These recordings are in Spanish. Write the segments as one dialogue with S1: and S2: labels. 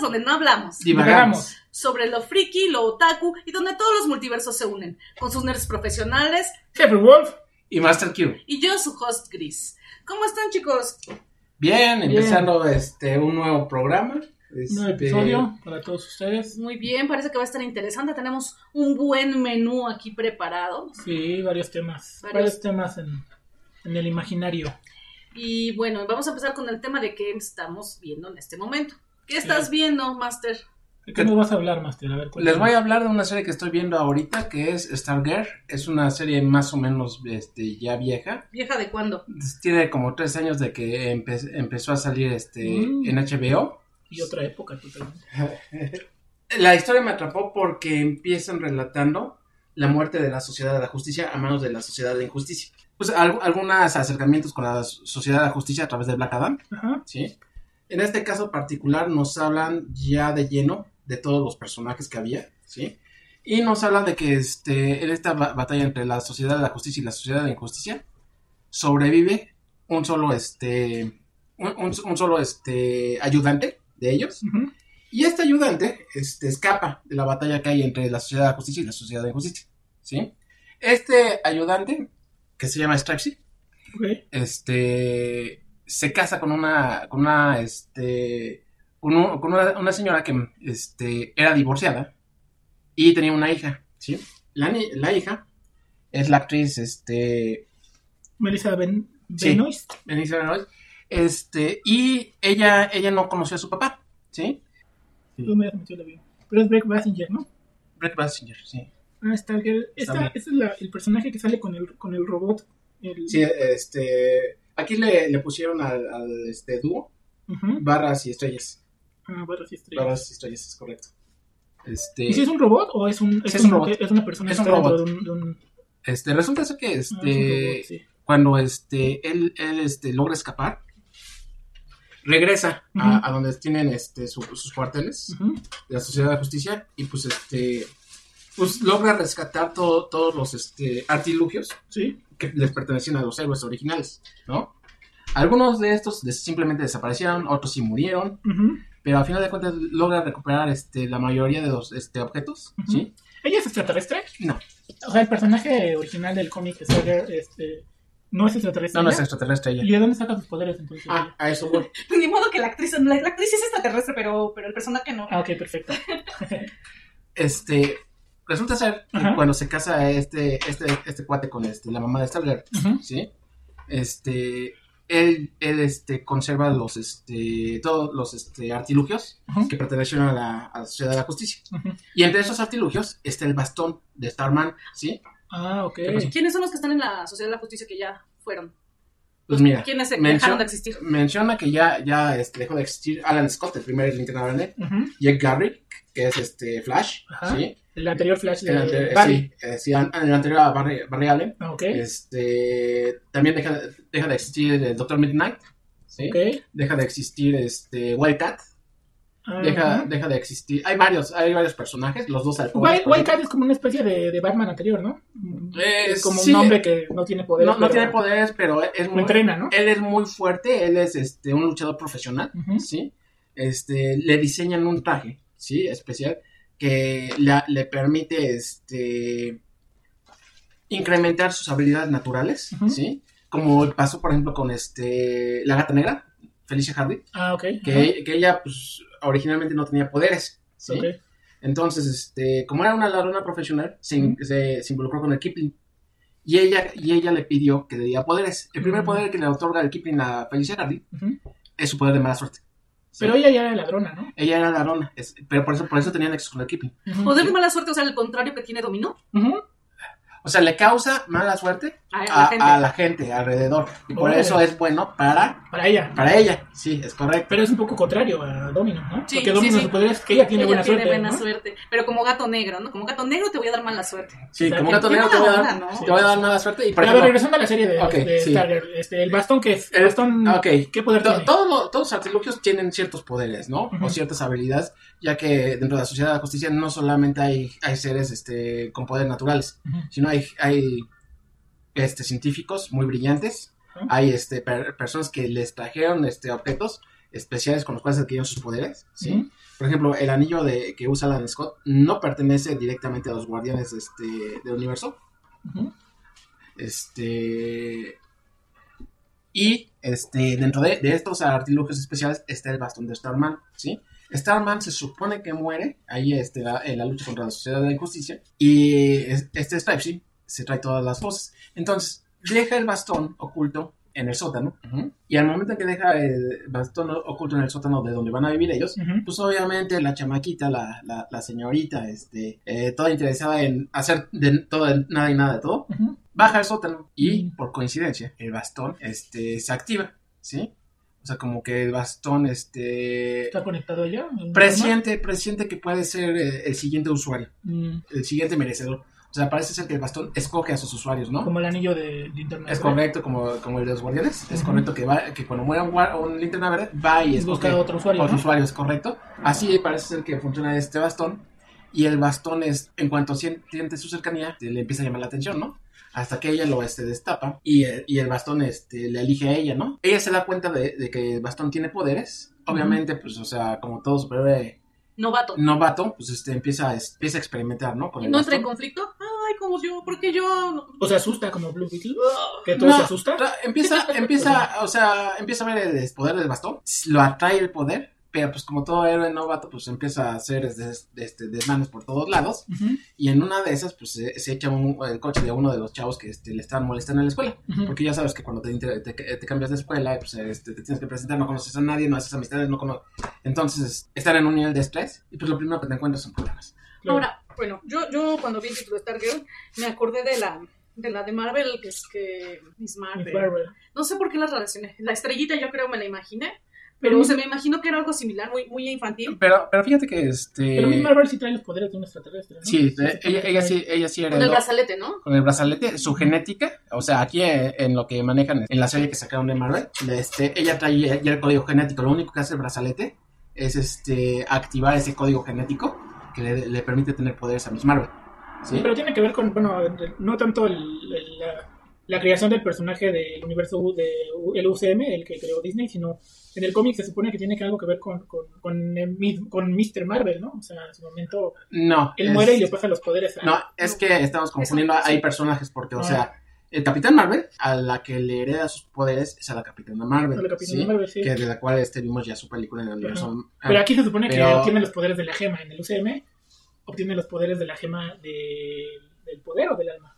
S1: donde no hablamos.
S2: Divagamos.
S1: Sobre lo friki, lo otaku y donde todos los multiversos se unen, con sus nerds profesionales.
S2: Jeffrey Wolf y Master Q.
S1: Y yo, su host Gris. ¿Cómo están, chicos?
S3: Bien, empezando este un nuevo programa.
S2: Un nuevo
S3: Este,
S2: episodio para todos ustedes.
S1: Muy bien, parece que va a estar interesante. Tenemos un buen menú aquí preparado.
S2: Sí, varios temas.
S1: Varios.
S2: Varios, temas en, en el imaginario.
S1: Y bueno, vamos a empezar con el tema de qué estamos viendo en este momento. ¿Qué estás viendo, Master?
S2: ¿De qué nos vas a hablar, Master? A ver,
S3: Les voy a hablar de una serie que estoy viendo ahorita que es Stargirl. Es una serie más o menos este, ya vieja.
S1: ¿Vieja de cuándo?
S3: Tiene como tres años de que empe- empezó a salir este,
S2: Mm.
S3: en HBO.
S2: Y otra época totalmente.
S3: La historia me atrapó porque empiezan relatando la muerte de la sociedad de la justicia a manos de la sociedad de la injusticia. Pues al- algunos acercamientos con la sociedad de la justicia a través de Black Adam.
S2: Ajá.
S3: ¿sí? En este caso particular nos hablan ya de lleno de todos los personajes que había, ¿sí? Y nos habla de que este, en esta ba- batalla entre la sociedad de la justicia y la sociedad de la injusticia sobrevive un solo, este, un, un- un solo, este, ayudante de ellos.
S2: Ujú.
S3: Y este ayudante este, escapa de la batalla que hay entre la sociedad de la justicia y la sociedad de la injusticia, ¿sí? Este ayudante, que se llama Stripesy,
S2: Ok.
S3: este se casa con una con una este con, un- con una, una señora que este era divorciada y tenía una hija sí la, ni- la hija es la actriz este
S2: Melissa ben
S3: Sí.
S2: Benoist.
S3: Benicio del Toro, este y ella ella no conoció a su papá sí
S2: Tú me has metido la vida. Pero es Beck Basinger, ¿no?
S3: Brett Basinger sí
S2: Ah, Stargirl. Esta,
S3: También.
S2: este es la- el personaje que sale con el, con el robot. El,
S3: sí este aquí le, le pusieron al, al, este dúo
S2: Ujú.
S3: barras y estrellas
S2: Ah, barras y estrellas.
S3: barras y estrellas es correcto este
S2: ¿Y si es un robot o es un, es
S3: Sí, es
S2: un-
S3: un robot.
S2: es una persona
S3: Es
S2: que
S3: un
S2: está dentro
S3: robot.
S2: de un, de un-
S3: este resulta ser que
S2: ah, es un
S3: este
S2: robot, sí.
S3: cuando este él, él, este logra escapar regresa a-
S2: Ujú.
S3: a, donde tienen este su- sus cuarteles
S2: Ujú.
S3: de la sociedad de la justicia y pues este pues logra rescatar todo- todos los este artilugios
S2: Sí.
S3: que les pertenecían a los héroes originales no algunos de estos des- simplemente desaparecieron otros sí murieron
S2: Ujú.
S3: pero al final de cuentas logra recuperar este la mayoría de los este objetos
S2: Ujú.
S3: sí
S2: ¿Ella es extraterrestre?
S3: No.
S2: O sea, el personaje original del cómic de Stargirl este, no es extraterrestre.
S3: no no es
S2: ¿ya?
S3: extraterrestre ella
S2: ¿Y de dónde saca sus poderes entonces?
S3: ah a eso voy
S1: Ni modo que la actriz, la, la actriz es extraterrestre, pero, pero el personaje no.
S2: Ah, ok, perfecto.
S3: este resulta ser que
S2: Ajá.
S3: cuando se casa este este este cuate con este la mamá de Stargirl
S2: Ujú.
S3: sí este él, él este conserva los este todos los este artilugios
S2: Ujú.
S3: que pertenecen a la, a la sociedad de la justicia
S2: Ujú.
S3: y entre esos artilugios está el bastón de Starman sí
S2: Ah, ok.
S3: ¿Qué pasó?
S1: ¿Quiénes son los que están en la Sociedad de la Justicia que ya fueron?
S3: pues mira
S1: ¿Quiénes se
S3: mencio-
S1: dejaron de existir?
S3: menciona que ya ya este, dejó de existir Alan Scott el primer linterna verde
S2: Ujú.
S3: Jack Garrick que es este Flash
S2: Ajá.
S3: sí
S2: El anterior Flash de
S3: el anterior,
S2: Barry.
S3: sí, eh, sí, an- el anterior a Barry, Barry Allen
S2: Ah, ok.
S3: Este, también deja, deja de existir el Doctor Midnight, ¿sí?
S2: Ok.
S3: Deja de existir este Wildcat,
S2: Ah,
S3: deja,
S2: ujú.
S3: deja de existir. Hay varios, hay varios personajes, los dos halcones.
S2: Wild-
S3: por ejemplo.
S2: Wildcat es como una especie de, de Batman anterior, ¿no?
S3: Eh,
S2: es como
S3: sí.
S2: un hombre que no tiene poderes.
S3: no, no
S2: pero
S3: tiene poderes, pero es
S2: Lo
S3: muy,
S2: entrena, ¿no?
S3: él es muy fuerte, él es este un luchador profesional,
S2: Ujú.
S3: ¿sí? Este, le diseñan un traje, ¿sí? especial que la- le permite este incrementar sus habilidades naturales,
S2: Ujú.
S3: ¿sí? Como pasó por ejemplo con este la gata negra, Felicia Hardy.
S2: Ah, ok.
S3: que,
S2: Ajá.
S3: que ella pues originalmente no tenía poderes. ¿sí?
S2: Ok.
S3: Entonces, este, como era una ladrona profesional, se, in-
S2: Ujú.
S3: se, se involucró con el Kipling. Y ella, y ella le pidió que le diera poderes. El primer
S2: Mm.
S3: poder que le otorga el Kipling a Felicia Hardy
S2: Ujú.
S3: es su poder de mala suerte. ¿sí?
S2: Pero ella ya era ladrona, ¿no?
S3: Ella era ladrona, es- pero por eso, por eso tenía nexos con el Kipling.
S2: Ujú.
S1: ¿Poder de mala suerte, o sea, el contrario que tiene dominó?
S3: Ujú. O sea, le causa mala suerte
S1: A, a la
S3: a,
S1: gente.
S3: a la gente alrededor. Y por
S2: Órale.
S3: eso es bueno para,
S2: Para ella.
S3: para ella. Sí, es correcto.
S2: Pero es un poco contrario a Domino, ¿no?
S1: Sí,
S2: Porque
S1: sí,
S2: Domino
S1: sí.
S2: su poder es que ella tiene
S1: Ella
S2: buena
S1: tiene
S2: suerte.
S1: buena
S2: ¿no?
S1: suerte, pero como gato negro, ¿no? Como gato negro te voy a dar mala suerte.
S3: Sí,
S2: Exacto.
S3: como gato
S1: Qué
S3: negro te voy a
S1: mala
S3: dar,
S1: onda, ¿no?
S3: te voy a dar mala suerte. Y por
S2: Pero a ver,
S3: ejemplo,
S2: regresando a la serie de,
S3: Ok,
S2: de
S3: sí.
S2: Stargirl, este, el bastón que es.
S3: El-
S2: El bastón.
S3: Ah, Ok.
S2: ¿Qué poder
S3: To-
S2: tiene?
S3: todos, los- todos los artilugios tienen ciertos poderes, ¿no?
S2: Ujú.
S3: O ciertas habilidades, ya que dentro de la sociedad de la justicia no solamente hay, hay seres este, con poderes naturales,
S2: Ujú.
S3: sino hay, hay este, científicos muy brillantes,
S2: Ujú.
S3: hay este, per- personas que les trajeron este, objetos especiales con los cuales adquirieron sus poderes, ¿sí?
S2: Ujú.
S3: Por ejemplo, el anillo de, que usa Alan Scott no pertenece directamente a los guardianes este, del universo.
S2: Ujú.
S3: Este. Y este, dentro de, de estos artilugios especiales está el bastón de Starman, ¿sí? Starman se supone que muere ahí este, la- en la lucha contra la Sociedad de la Injusticia. Y es- este Stripesy se trae todas las cosas. Entonces, deja el bastón oculto en el sótano. Y al momento en que deja el bastón oculto en el sótano de donde van a vivir ellos,
S2: Ujú.
S3: pues obviamente la chamaquita, la, la- la señorita, este, eh, toda interesada en hacer de todo, de nada y nada de todo,
S2: Ujú.
S3: baja al sótano y
S2: Mm.
S3: por coincidencia el bastón este se activa, ¿sí? O sea, como que el bastón este
S2: ¿Está conectado ya?
S3: presiente, presiente que puede ser eh, el siguiente usuario,
S2: Mm,
S3: el siguiente merecedor. O sea, parece ser que el bastón escoge a sus usuarios, ¿no?
S2: Como el anillo de linterna.
S3: Es
S2: verde.
S3: correcto, como, como el de los guardianes, es
S2: Ujú.
S3: correcto que va, que cuando muera un, guar- un linterna verde, va y escoge
S2: Busca a otro usuario.
S3: los
S2: ¿no?
S3: usuarios, correcto. Así parece ser que funciona este bastón. Y el bastón es, en cuanto sien- siente su cercanía, le empieza a llamar la atención, ¿no? Hasta que ella lo este, destapa y el, y el bastón este, le elige a ella, ¿no? Ella se da cuenta de, de que el bastón tiene poderes. Obviamente, pues, o sea, como todo superhéroe
S1: Novato.
S3: novato, pues este, empieza, a- empieza a experimentar, ¿no? Con
S1: ¿Y
S3: el
S1: no entra en
S3: bastón.
S1: conflicto? Ay, como yo, porque yo. no-
S2: O se asusta como Blue Beetle. Que todo
S3: No.
S2: se asusta.
S3: Tra- Empieza, empieza, o sea, empieza a ver el poder del bastón, lo atrae el poder, pero pues como todo héroe novato, pues empieza a hacer des- este, desmanes por todos lados,
S2: Ujú,
S3: y en una de esas, pues se, se echa un- el coche de uno de los chavos que este, le están molestando en la escuela,
S2: ujú.
S3: porque ya sabes que cuando te, inter- te, te cambias de escuela, pues este, te tienes que presentar, no conoces a nadie, no haces amistades, no conoces, entonces están en un nivel de estrés, y pues lo primero que te encuentras son problemas.
S2: Claro.
S1: Ahora, bueno, yo, yo cuando vi el título de Stargirl me acordé de la, de la de Marvel, que es que. Miss
S2: Miss
S1: Marvel.
S2: Marvel.
S1: No sé por qué las relaciones. La estrellita yo creo me la imaginé, pero
S2: Pero-
S1: se me imaginó que era algo similar, muy, muy infantil.
S3: Pero, pero fíjate que este...
S2: Pero Miss Marvel sí trae los poderes de un extraterrestre. ¿no?
S3: Sí,
S2: se supone
S3: ella,
S2: que
S3: ella
S2: trae.
S3: sí, ella sí
S1: Con el
S3: heredó-
S1: brazalete, ¿no?
S3: con el brazalete, su genética, o sea, aquí eh, en lo que manejan en la serie que sacaron de Marvel, este, ella trae ya ya el código genético, lo único que hace el brazalete es este activar ese código genético que le, le permite tener poderes a Miss Marvel. ¿sí?
S2: Pero tiene que ver con, bueno, no tanto el- el- la, la creación del personaje del universo U- de, U- el UCM, el que creó Disney, sino en el cómic se supone que tiene que algo que ver con, con, con, el mis- con Mr. Marvel, ¿no? O sea, en su momento
S3: no,
S2: él
S3: es-
S2: muere y le pasa los poderes a...
S3: no, es que estamos confundiendo,
S1: Eso, sí.
S3: hay personajes porque, o
S2: Ah.
S3: sea, el Capitán Marvel a la que le hereda sus poderes es a la Capitana Marvel,
S2: a la Capitana
S3: ¿sí?
S2: Marvel, sí.
S3: que de la cual este vimos ya su película en el universo.
S2: Pero aquí se supone que
S3: Pero-
S2: obtiene los poderes de la gema. En el UCM obtiene los poderes de la gema de- del poder o del alma.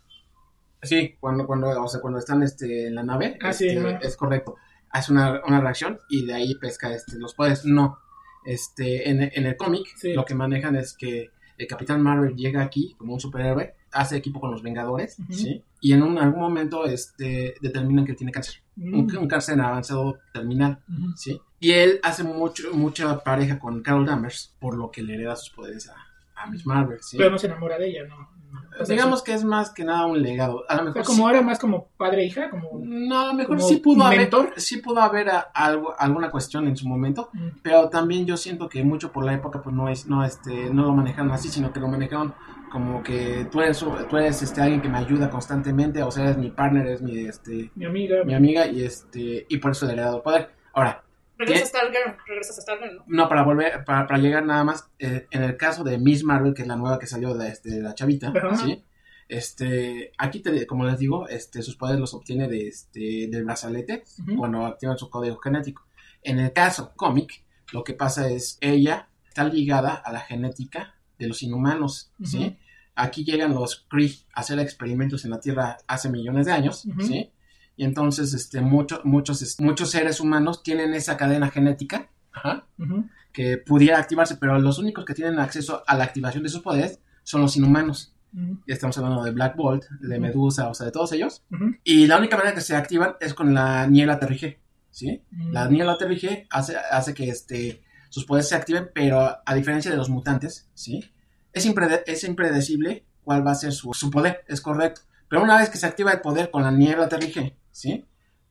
S3: Sí, cuando, cuando, o sea, cuando están este, en la nave,
S2: Ah,
S3: este,
S2: sí, ajá.
S3: es correcto. Hace una, una reacción y de ahí pesca este, los poderes. No, este, en, en el cómic
S2: Sí.
S3: lo que manejan es que el Capitán Marvel llega aquí como un superhéroe, hace equipo con los Vengadores,
S2: Ujú.
S3: ¿sí? Y en un, algún momento este, determinan que tiene cáncer,
S2: Mm.
S3: un, un cáncer avanzado terminal,
S2: Ujú.
S3: ¿sí? Y él hace mucho, mucha pareja con Carol Danvers, por lo que le hereda sus poderes a, a Miss Marvel, ¿sí?
S2: Pero no se enamora de ella, ¿no? no. O sea,
S3: Digamos que es más que nada un legado. A lo
S2: O sea,
S3: mejor sí-
S2: como ahora más como padre e hija, como...
S3: No, a lo mejor
S2: como
S3: sí pudo haber,
S2: mentor.
S3: sí pudo haber a- algo, alguna cuestión en su momento,
S2: Mm.
S3: pero también yo siento que mucho por la época pues no es, no este, no lo manejaron así, sino que lo manejaron como que tú eres, tú eres este alguien que me ayuda constantemente, o sea, eres mi partner, eres mi este,
S2: mi amiga.
S3: mi amiga y este y por eso le he dado el poder. Ahora,
S1: Regresa a Stargirl, regresas a Stargirl, ¿no?
S3: no para volver, para, para llegar nada más eh, en el caso de Miss Marvel que es la nueva que salió de, este, de la chavita,
S2: Ajá.
S3: ¿sí? Este, aquí te- como les digo, este, sus poderes los obtiene de este, del brazalete
S2: Ujú.
S3: cuando activan su código genético. En el caso cómic, lo que pasa es ella está ligada a la genética de los inhumanos, ¿sí?
S2: Ujú.
S3: Aquí llegan los Kree a hacer experimentos en la Tierra hace millones de años,
S2: Ujú.
S3: ¿sí? Y entonces este, mucho- muchos, es- muchos seres humanos tienen esa cadena genética ajá,
S2: Ujú.
S3: que pudiera activarse, pero los únicos que tienen acceso a la activación de sus poderes son los inhumanos.
S2: Ujú.
S3: Ya estamos hablando de Black Bolt, de
S2: Ujú.
S3: Medusa, o sea, de todos ellos.
S2: Ujú.
S3: Y la única manera que se activan es con la niebla terrige, ¿sí?
S2: Mm.
S3: La niebla terrige hace, hace que este, sus poderes se activen, pero a diferencia de los mutantes, ¿sí? Es, imprede- es impredecible cuál va a ser su, su poder, es correcto. Pero una vez que se activa el poder con la niebla terrige, ¿sí?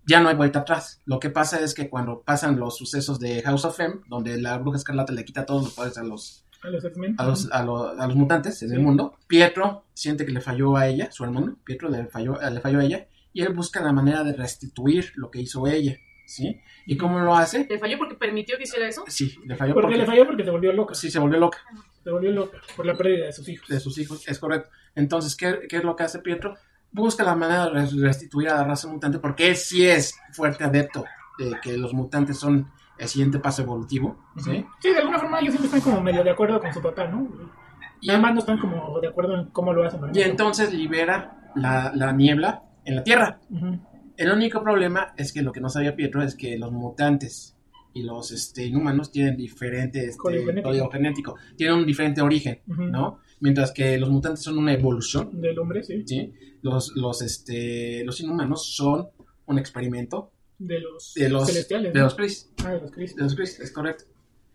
S3: Ya no hay vuelta atrás. Lo que pasa es que cuando pasan los sucesos de House of M, donde la bruja escarlata le quita todos los poderes a los,
S2: A Ah, los X-Men.
S3: a los,
S2: Ujú.
S3: a los, a los mutantes en el
S2: Sí.
S3: mundo. Pietro siente que le falló a ella, eh, su hermano, Pietro le falló, le falló a ella, y él busca la manera de restituir lo que hizo ella, ¿sí? ¿Y cómo lo hace?
S1: ¿Le falló porque permitió que hiciera eso?
S3: Sí, le falló
S2: Porque le falló porque se volvió loca.
S3: Sí, se volvió loca
S2: Se volvió loca por la pérdida de sus hijos.
S3: de sus hijos, es correcto. Entonces, ¿qué, qué es lo que hace Pietro? Busca la manera de res- restituir a la raza mutante porque él sí es fuerte adepto de que los mutantes son el siguiente paso evolutivo, ¿sí?
S2: Sí, de alguna forma ellos siempre están como medio de acuerdo con su papá, ¿no?
S3: Y-
S2: Y además no están como de acuerdo en cómo lo hacen. ¿no?
S3: Y entonces libera la, la niebla en la Tierra.
S2: Ujú.
S3: El único problema es que lo que no sabía Pietro es que los mutantes y los este, inhumanos tienen diferente este,
S2: Código genético.
S3: código genético, tienen un diferente origen,
S2: Ujú.
S3: ¿no? Mientras que los mutantes son una evolución,
S2: Del hombre, sí.
S3: ¿sí? Los, los, este, los inhumanos son un experimento
S2: De los,
S3: de los,
S2: celestiales.
S3: de
S2: ¿no?
S3: los Chris,
S2: Ah, de los Chris.
S3: de los Chris, es correcto.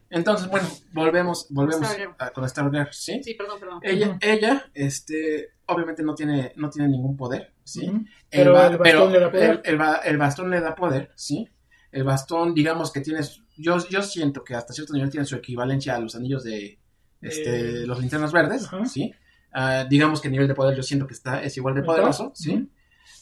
S3: Entonces, bueno, volvemos, volvemos
S1: Stargirl.
S3: a, con Stargirl, ¿sí?
S1: Sí, perdón, perdón.
S3: Ella,
S2: Ujú.
S3: ella, este, obviamente no tiene, no tiene ningún poder, ¿sí?
S2: Ujú.
S3: El
S2: Pero
S3: ba-
S2: el bastón le da poder.
S3: el- el ba- el bastón le da poder, ¿sí? El bastón, digamos que tienes. Yo, yo siento que hasta cierto nivel tiene su equivalencia a los anillos de este,
S2: Eh,
S3: los linternas verdes,
S2: ajá.
S3: ¿sí? Ah, digamos que a nivel de poder yo siento que está, es igual de
S2: Ajá.
S3: poderoso, ¿sí?
S2: Ujú.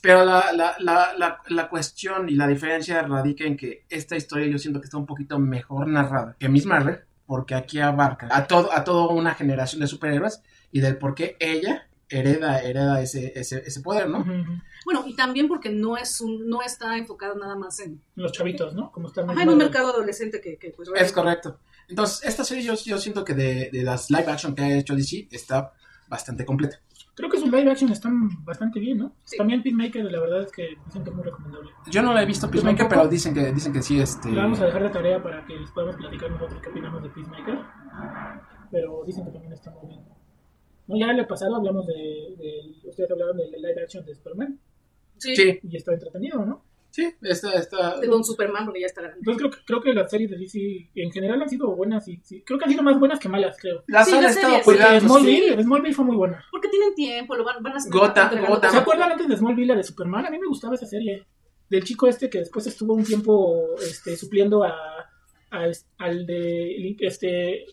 S3: Pero la, la, la, la, la cuestión y la diferencia radica en que esta historia yo siento que está un poquito mejor narrada que Miss Marvel, porque aquí abarca a todo a toda una generación de superhéroes y del por qué ella hereda, hereda ese, ese, ese poder, ¿no?
S2: Ujú, ujú.
S1: Bueno, y también porque no es un, no está enfocado nada más en,
S2: Los chavitos, ¿no? Como están.
S1: ajá, en un mercado adolescente que, que pues
S3: Es
S1: realmente-
S3: correcto. Entonces, esta serie yo, yo siento que de, de las live action que ha hecho DC está bastante completa.
S2: Creo que sus live action están bastante bien, ¿no?
S1: Sí.
S2: También Peacemaker, la verdad es que dicen que es muy recomendable.
S3: Yo no la he visto
S2: Yo
S3: Peacemaker,
S2: Pues tampoco.
S3: pero dicen que, dicen que sí, este...
S2: La vamos a dejar de tarea para que les podamos platicar nosotros qué opinamos de Peacemaker. Pero dicen que también está muy bien. No, ya en el pasado hablamos de, de- Ustedes hablaron del live action de Superman.
S1: Sí,
S3: Sí,
S2: Y está entretenido, ¿no?
S3: sí, está... está...
S1: de Don Superman porque ya está grande.
S2: Entonces creo que, creo que las series de DC en general han sido buenas. Y, sí, creo que han sido más buenas que malas, creo.
S3: Las
S1: Sí,
S3: han
S1: la
S3: estado
S1: serie, sí.
S2: Porque
S3: cuidando. sí.
S2: Smallville, Smallville fue muy buena.
S1: Porque tienen tiempo, lo van, van a estar
S3: Gotham,
S1: entregando-
S3: Gotham.
S2: ¿Se acuerdan antes de Smallville la de Superman? A mí me gustaba esa serie. Del chico este que después estuvo un tiempo este, supliendo a, a es- al de. Este,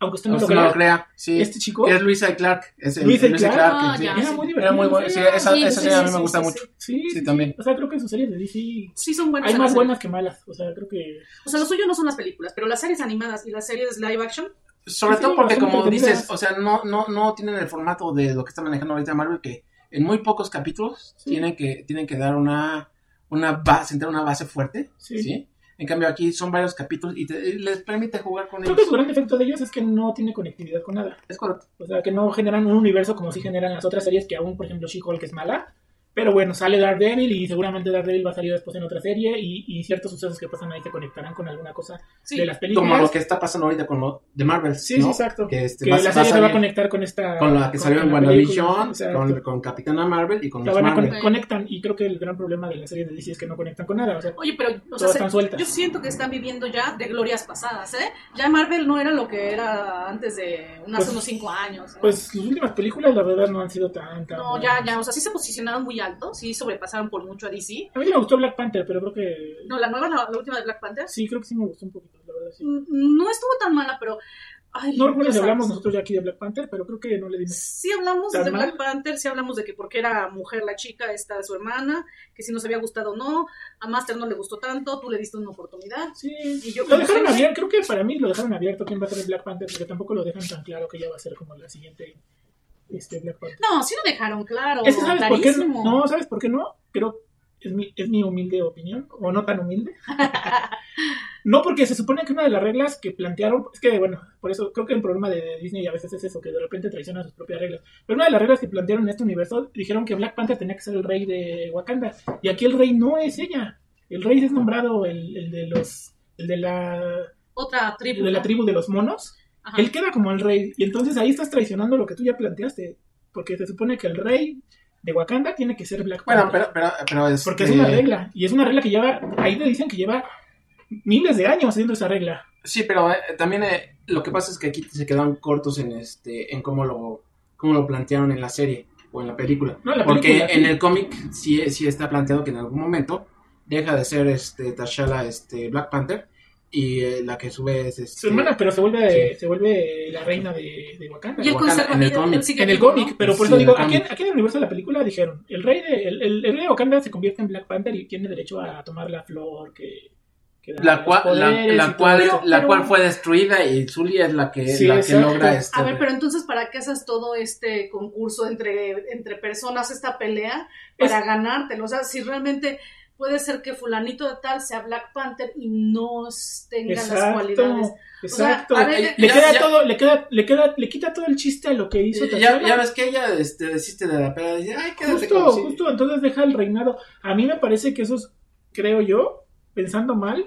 S2: aunque usted no lo
S3: Aunque no lo
S2: crea.
S3: crea, sí.
S2: Este chico.
S3: Es Luisa y Clark. Es el,
S2: Luisa y Clark.
S1: Ah,
S3: sí.
S1: ya.
S2: Era muy divertido.
S3: Era muy bueno. Sí, esa,
S1: Sí, sí,
S3: esa serie a
S1: sí,
S3: mí me
S1: sí,
S3: gusta
S1: sí,
S3: mucho.
S1: sí.
S2: Sí,
S3: Sí,
S2: sí,
S3: también.
S2: sí. O sea, creo que en sus series de DC
S1: Sí, son buenas. en
S2: hay
S1: las
S2: más
S1: series.
S2: buenas que malas. O sea, creo que.
S1: O sea, lo suyo no son las películas, pero las series animadas y las series live action,
S3: Sobre
S2: Sí,
S3: todo
S2: sí,
S3: porque,
S2: bastante
S3: como
S2: entretenidas.
S3: dices, o sea, no, no, no tienen el formato de lo que está manejando ahorita Marvel, que en muy pocos capítulos
S2: Sí.
S3: tienen, que, tienen que dar una, una base, sentar una base fuerte,
S2: Sí.
S3: ¿sí? En cambio, aquí son varios capítulos y, te- y les permite jugar con
S2: Creo
S3: ellos.
S2: que su gran defecto de ellos es que no tiene conectividad con nada.
S3: Es correcto.
S2: O sea, que no generan un universo como si generan las otras series, que aún, por ejemplo, She-Hulk es mala. Pero bueno, sale Daredevil y seguramente Daredevil va a salir después en otra serie y, y ciertos sucesos que pasan ahí se conectarán con alguna cosa
S1: sí.
S2: de las películas.
S3: Como lo que está pasando ahorita con lo de Marvel.
S2: Sí,
S3: ¿no?
S2: sí, exacto.
S3: Que, este,
S2: Que
S3: va-
S2: la
S3: va a
S2: serie se va a
S3: salir
S2: conectar con esta...
S3: con la que salió en
S2: la película,
S3: WandaVision,
S2: exacto.
S3: con, con Capitana Marvel y con
S2: La
S3: los
S2: van a
S3: Marvel.
S2: con- conectan y creo que el gran problema de las series de DC es que no conectan con nada. O sea,
S1: Oye, pero o sea,
S2: todas
S1: se-
S2: están sueltas.
S1: yo siento que están viviendo ya de glorias pasadas, ¿eh? Ya Marvel no era lo que era antes de un- hace
S2: Pues-
S1: unos cinco años. ¿no?
S2: Pues sus últimas películas la verdad no han sido tan... tan
S1: no, ya, ya, o sea, sí se posicionaron muy alto, sí sobrepasaron por mucho a DC.
S2: A mí me gustó Black Panther, pero creo que...
S1: No, la nueva, la, la última de Black Panther,
S2: Sí, creo que sí me gustó un poquito, la verdad, sí.
S1: mm, no estuvo tan mala, pero... Ay,
S2: No recuerdo
S1: ya
S2: si
S1: sabes.
S2: hablamos nosotros ya aquí de Black Panther, pero creo que no le dimos.
S1: Sí hablamos
S2: ¿Tan
S1: de
S2: mal?
S1: Black Panther, sí hablamos de que porque era mujer la chica, esta su hermana, que si nos había gustado o no, a Master no le gustó tanto, tú le diste una oportunidad.
S2: Sí,
S1: Y yo-
S2: lo dejaron abierto, creo que para mí lo dejaron abierto quién va a ser el Black Panther, porque tampoco lo dejan tan claro que ella va a ser como la siguiente este, Black Panther.
S1: No, sí lo dejaron claro,
S2: Es que ¿sabes por qué?
S1: clarísimo.
S2: No, ¿sabes por qué no? Creo, es mi, es mi humilde opinión, o no tan humilde. no, porque se supone que una de las reglas que plantearon, es que bueno, por eso creo que el problema de Disney a veces es eso, que de repente traicionan sus propias reglas. Pero una de las reglas que plantearon en este universo, dijeron que Black Panther tenía que ser el rey de Wakanda, y aquí el rey no es ella. El rey es nombrado el, el de los... El de, la,
S1: Otra tribu.
S2: el de la
S1: ¿no?
S2: tribu de los monos,
S1: Ajá.
S2: él queda como el rey. Y entonces ahí estás traicionando lo que tú ya planteaste. Porque se supone que el rey de Wakanda tiene que ser Black
S3: Bueno,
S2: Panther.
S3: pero, pero, pero este,
S2: porque es una regla. Y es una regla que lleva. Ahí te dicen que lleva miles de años haciendo esa regla.
S3: Sí, pero eh, también eh, lo que pasa es que aquí se quedaron cortos en este en cómo lo cómo lo plantearon en la serie o en la película.
S2: No, en la
S3: Porque
S2: película,
S3: en
S2: sí.
S3: el cómic sí, eh, sí está planteado que en algún momento deja de ser este T'Challa este Black Panther y eh, la que sube es este,
S2: Su hermana, pero se vuelve,
S3: Sí.
S2: se vuelve la reina de, de Wakanda.
S1: Y el
S3: Wakanda,
S1: conserva-
S3: en el
S1: él- él
S3: cómic.
S1: sigue
S2: En el
S1: vivo, ¿no?
S2: cómic, pero por
S3: Sí,
S2: eso
S3: en el
S2: digo, aquí, en-
S3: cómic.
S2: aquí en el universo de la película dijeron, el rey de, el, el- el rey de Wakanda se convierte en Black Panther y tiene derecho a tomar la flor que, que da
S3: La
S2: los
S3: cual, la,
S2: poderes y
S3: la
S2: todo
S3: cual,
S2: esto.
S3: la
S1: Pero-
S3: cual fue destruida y Zulia es la que,
S2: Sí,
S3: la que
S2: exacto.
S3: logra este.
S1: A ver, pero entonces, ¿para qué haces todo este concurso entre, entre personas, esta pelea, para ganártelo? O sea, si realmente puede ser que fulanito de tal sea Black Panther y no s- tenga las cualidades.
S2: Exacto,
S1: sea,
S2: exacto.
S1: a ver,
S2: le
S3: Ya-
S2: queda
S3: ya-
S2: todo, le queda, le queda, le quita todo el chiste a lo que hizo.
S3: ya,
S2: T'Challa.
S3: ya ves que ella este, desiste de la pelea. Dice, ay, quédate
S2: Justo,
S3: con sí".
S2: justo, entonces deja el reinado. A mí me parece que eso es, creo yo, pensando mal,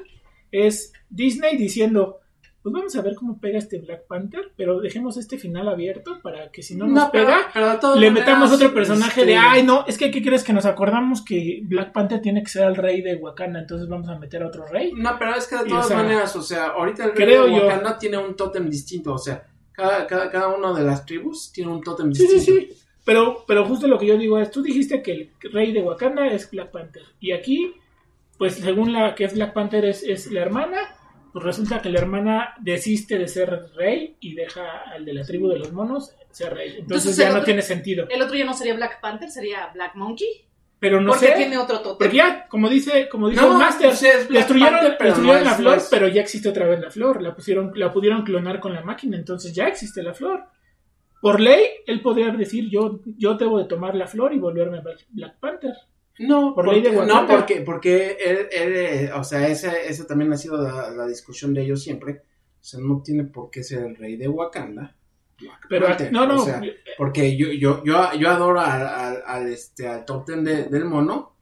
S2: es Disney diciendo, pues vamos a ver cómo pega este Black Panther, pero dejemos este final abierto para que si no nos
S3: pero-
S2: pega,
S3: pero de todas
S2: le
S3: maneras,
S2: metamos otro personaje de,
S3: este,
S2: ay, no, es que, ¿qué crees que nos acordamos que Black Panther tiene que ser el rey de Wakanda, entonces vamos a meter a otro rey?
S3: No, pero es que de
S2: Y,
S3: todas
S2: o sea,
S3: maneras, o sea, ahorita el rey
S2: creo
S3: de
S2: yo.
S3: Wakanda tiene un tótem distinto, o sea, cada, cada, cada una de las tribus tiene un tótem
S2: Sí, sí,
S3: distinto.
S2: sí. Pero, pero justo lo que yo digo es, tú dijiste que el rey de Wakanda es Black Panther. Y aquí, pues según la que es Black Panther es, es la hermana, pues resulta que la hermana desiste de ser rey y deja al de la tribu de los monos ser rey. Entonces,
S1: Entonces,
S2: ya
S1: el
S2: no
S1: otro-
S2: tiene sentido.
S1: El otro ya no sería Black Panther, sería Black Monkey.
S2: Pero no
S1: porque
S2: sé.
S1: tiene otro totem.
S2: Porque ya, como dice, como dice el Master,
S3: pues es Black
S2: destruyeron,
S3: Panther, pero
S2: destruyeron
S3: no
S2: la
S3: es-
S2: flor,
S3: no es-
S2: pero ya existe otra vez la flor. La pusieron, la pudieron clonar con la máquina, entonces ya existe la flor. Por ley, él podría decir yo, yo debo de tomar la flor y volverme Black- Black Panther.
S3: No,
S2: Por
S3: porque,
S2: ley de
S3: no,
S2: Wakanda.
S3: porque, porque él, él, eh, o sea, esa, esa también ha sido la, la discusión de ellos siempre. O sea, no tiene por qué ser el rey de Wakanda. Black
S2: Pero
S3: Panther,
S2: no, no,
S3: o sea, porque yo, yo, yo, yo adoro al, al, al, este, al top ten de- del mono.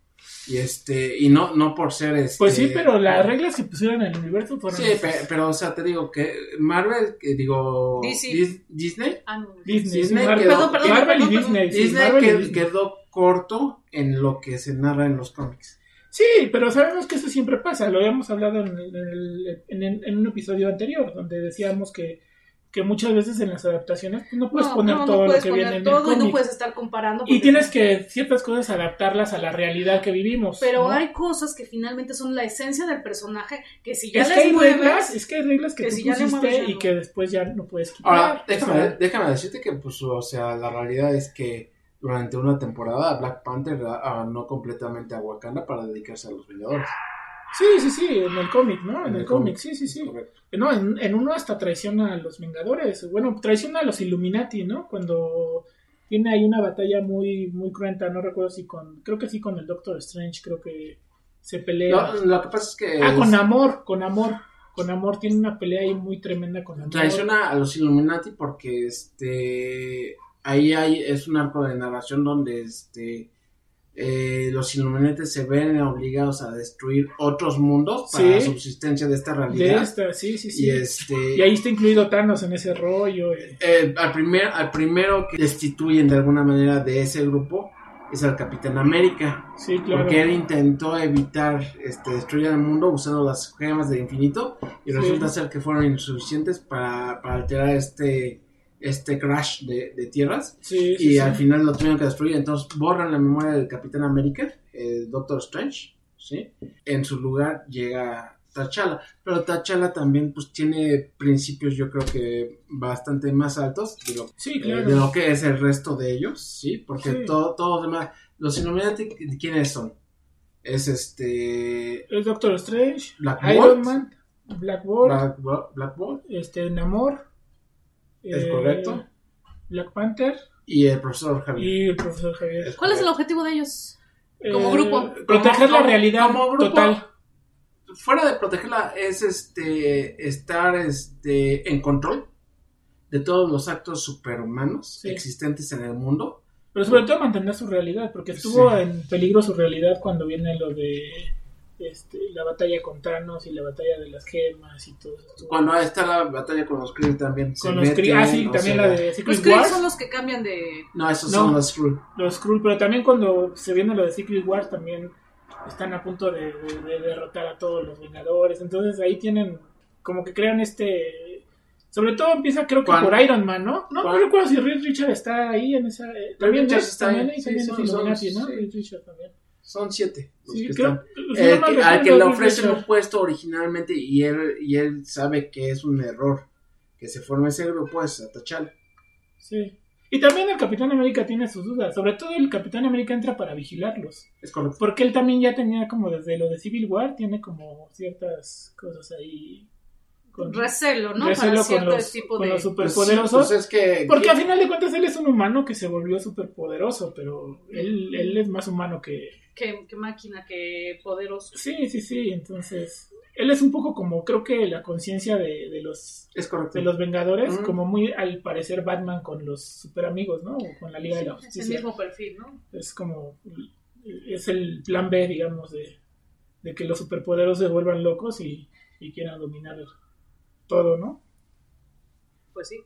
S3: Y este, y no, no por ser este.
S2: pues sí, pero las reglas que pusieron en el universo fueron
S3: Sí, pe- pero, o sea, te digo que Marvel, que digo
S1: DC.
S3: Dis- Disney,
S1: Ah, no.
S2: Disney,
S3: Disney
S2: Marvel,
S3: quedó-
S2: Marvel
S1: perdón, perdón,
S2: y
S1: perdón.
S2: Disney, sí,
S3: Disney
S2: Marvel y
S3: que-
S2: Disney.
S3: quedó corto en lo que se narra en los cómics.
S2: Sí, pero sabemos que eso siempre pasa. Lo habíamos hablado en, el- en el- en- en- en un episodio anterior, donde decíamos que, que muchas veces en las adaptaciones pues, no puedes
S1: No,
S2: poner
S1: no, no
S2: todo lo
S1: puedes
S2: que
S1: poner
S2: viene en el
S1: todo y no
S2: cómic.
S1: puedes estar comparando.
S2: Y
S1: porque-
S2: tienes que ciertas cosas adaptarlas a la realidad que vivimos.
S1: Pero
S2: ¿no?
S1: hay cosas que finalmente son la esencia del personaje que si ya
S2: es que
S1: las
S2: hay
S1: mueves,
S2: reglas, es que hay reglas que,
S1: que
S2: tú
S1: si ya le
S2: pusiste
S1: mueves, ya
S2: y
S1: no.
S2: que después ya no puedes quitar.
S3: Ahora,
S2: O
S3: Ah, déjame,
S2: sea,
S3: déjame decirte que, pues, o sea, la realidad es que durante una temporada Black Panther ah, abandonó completamente a Wakanda para dedicarse a los Vengadores.
S2: Sí, sí, sí, en el cómic, ¿no? En, el cómic, sí, sí, sí.
S3: Correcto.
S2: No, en, en uno hasta traiciona a los Vengadores. Bueno, traiciona a los Illuminati, ¿no? Cuando tiene ahí una batalla muy, muy cruenta, no recuerdo si con. Creo que sí con el Doctor Strange, creo que se pelea.
S3: Lo, lo que pasa es que
S2: ah,
S3: es-
S2: con amor, con amor. Con amor tiene una pelea ahí muy tremenda con amor.
S3: traiciona a los Illuminati porque, este, ahí hay, es un arco de narración donde, este, eh, los Illuminati se ven obligados a destruir otros mundos para
S2: Sí.
S3: la subsistencia de esta
S2: De
S3: realidad.
S2: esta, sí, sí, sí.
S3: Y este...
S2: Y ahí está incluido Thanos en ese rollo. eh.
S3: Eh, al, primer, al primero que destituyen de alguna manera de ese grupo es al Capitán América,
S2: Sí, claro.
S3: porque él intentó evitar este, destruir el mundo usando las gemas del infinito y
S2: Sí.
S3: resulta ser que fueron insuficientes para, para alterar este, este crash de, de tierras
S2: Sí,
S3: y
S2: sí, sí.
S3: al final lo tuvieron que destruir, entonces borran la memoria del Capitán América, el Doctor Strange, ¿sí? en su lugar llega T'Challa, pero T'Challa también pues tiene principios yo creo que bastante más altos de lo
S2: Sí,
S3: eh,
S2: claro.
S3: de lo que es el resto de ellos, ¿sí? Porque
S2: Sí.
S3: todo, todos los demás, los Illuminati, ¿quiénes son? Es este,
S2: Es Doctor Strange,
S3: Black
S2: Iron
S3: Bolt.
S2: Man, Black Bolt,
S3: Black, Bo- Black Bolt
S2: este, Namor. eh,
S3: Es correcto.
S2: Black Panther
S3: y el profesor Javier.
S2: y el profesor Javier.
S1: ¿Cuál es el objetivo de ellos? Como
S2: Eh,
S1: grupo.
S2: Proteger
S3: Como-
S2: la realidad
S3: como grupo.
S2: total.
S3: Fuera de protegerla es este, estar este, en control de todos los actos superhumanos
S2: Sí.
S3: existentes en el mundo.
S2: Pero sobre todo mantener su realidad, porque estuvo
S3: Sí.
S2: en peligro su realidad cuando viene lo de este, la batalla con Thanos y la batalla de las gemas y todo eso.
S3: Cuando está la batalla con los Kree también. se
S2: Con los Kree,
S3: meten,
S2: ah, sí,
S3: o
S2: también
S3: sea,
S2: la de
S1: Los
S2: Secret
S1: Kree
S2: Wars.
S1: son los Pues que cambian de...
S3: No, esos
S2: No.
S3: son los Kree.
S2: los Kree, pero también cuando se viene lo de Secret Wars también están a punto de, de- de derrotar a todos los Vengadores. Entonces ahí tienen, como que crean este... Sobre todo empieza creo que
S3: ¿Cuál?
S2: por Iron Man, ¿no? No, no
S3: ¿Cuál?
S2: recuerdo si Reed Richard está ahí en esa... eh,
S3: Reed
S2: también
S3: Richards
S2: es-
S3: está
S2: también,
S3: ahí,
S2: ahí
S3: sí,
S2: también es
S3: son- son-
S2: Illuminati, ¿no?
S3: sí.
S2: Reed Richards también.
S3: Son siete. los
S2: Sí,
S3: que
S2: creo-
S3: están.
S2: si no
S3: Eh,
S2: mal
S3: que- al que
S2: recuerdo,
S3: le
S2: Reed
S3: ofrecen un
S2: Richards.
S3: puesto originalmente y él, y pues, él sabe que es un error que se forme ese grupo es a T'Challa.
S2: Sí. Y también el Capitán América tiene sus dudas. Sobre todo el Capitán América entra para vigilarlos.
S3: Es correcto.
S2: Porque él también ya tenía como desde lo de Civil War, tiene como ciertas cosas ahí. Con,
S1: Recelo, ¿no?
S2: recelo
S1: Para
S2: con
S1: cierto
S2: los-
S1: tipo
S2: con
S1: de...
S3: Pues
S2: los
S3: sí,
S2: superpoderosos.
S3: pues es que.
S2: porque al final de cuentas él es un humano que se volvió superpoderoso, pero él, él es más humano que...
S1: Qué, qué máquina, qué poderoso.
S2: Sí, sí, sí, entonces... Él es un poco como, creo que la conciencia de, de los
S3: Es correcto.
S2: de los Vengadores,
S3: Ujú.
S2: como muy al parecer Batman con los superamigos, ¿no? O con la Liga de la
S1: Es el
S2: Justicia.
S1: mismo perfil, ¿no?
S2: Es como, es el plan B, digamos, de, de que los superpoderos se vuelvan locos y, y quieran dominar todo, ¿no?
S1: Pues sí.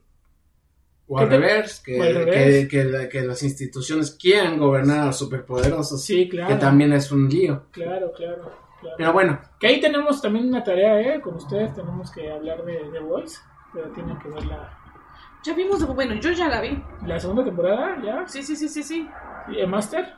S3: O al
S2: ¿Qué te-
S3: revés, que,
S2: o al revés?
S3: que- que la- que las instituciones quieran gobernar a los superpoderosos,
S2: Sí, claro.
S3: que también es un lío.
S2: Claro, claro. claro.
S3: Pero bueno,
S2: que ahí tenemos también una tarea, ¿eh? Con ustedes tenemos que hablar de The Voice, pero tienen que ver la,
S1: Ya vimos, de- bueno, yo ya la vi.
S2: la segunda temporada, ¿ya?
S1: Sí, sí, sí, sí, sí.
S2: ¿Y el Master?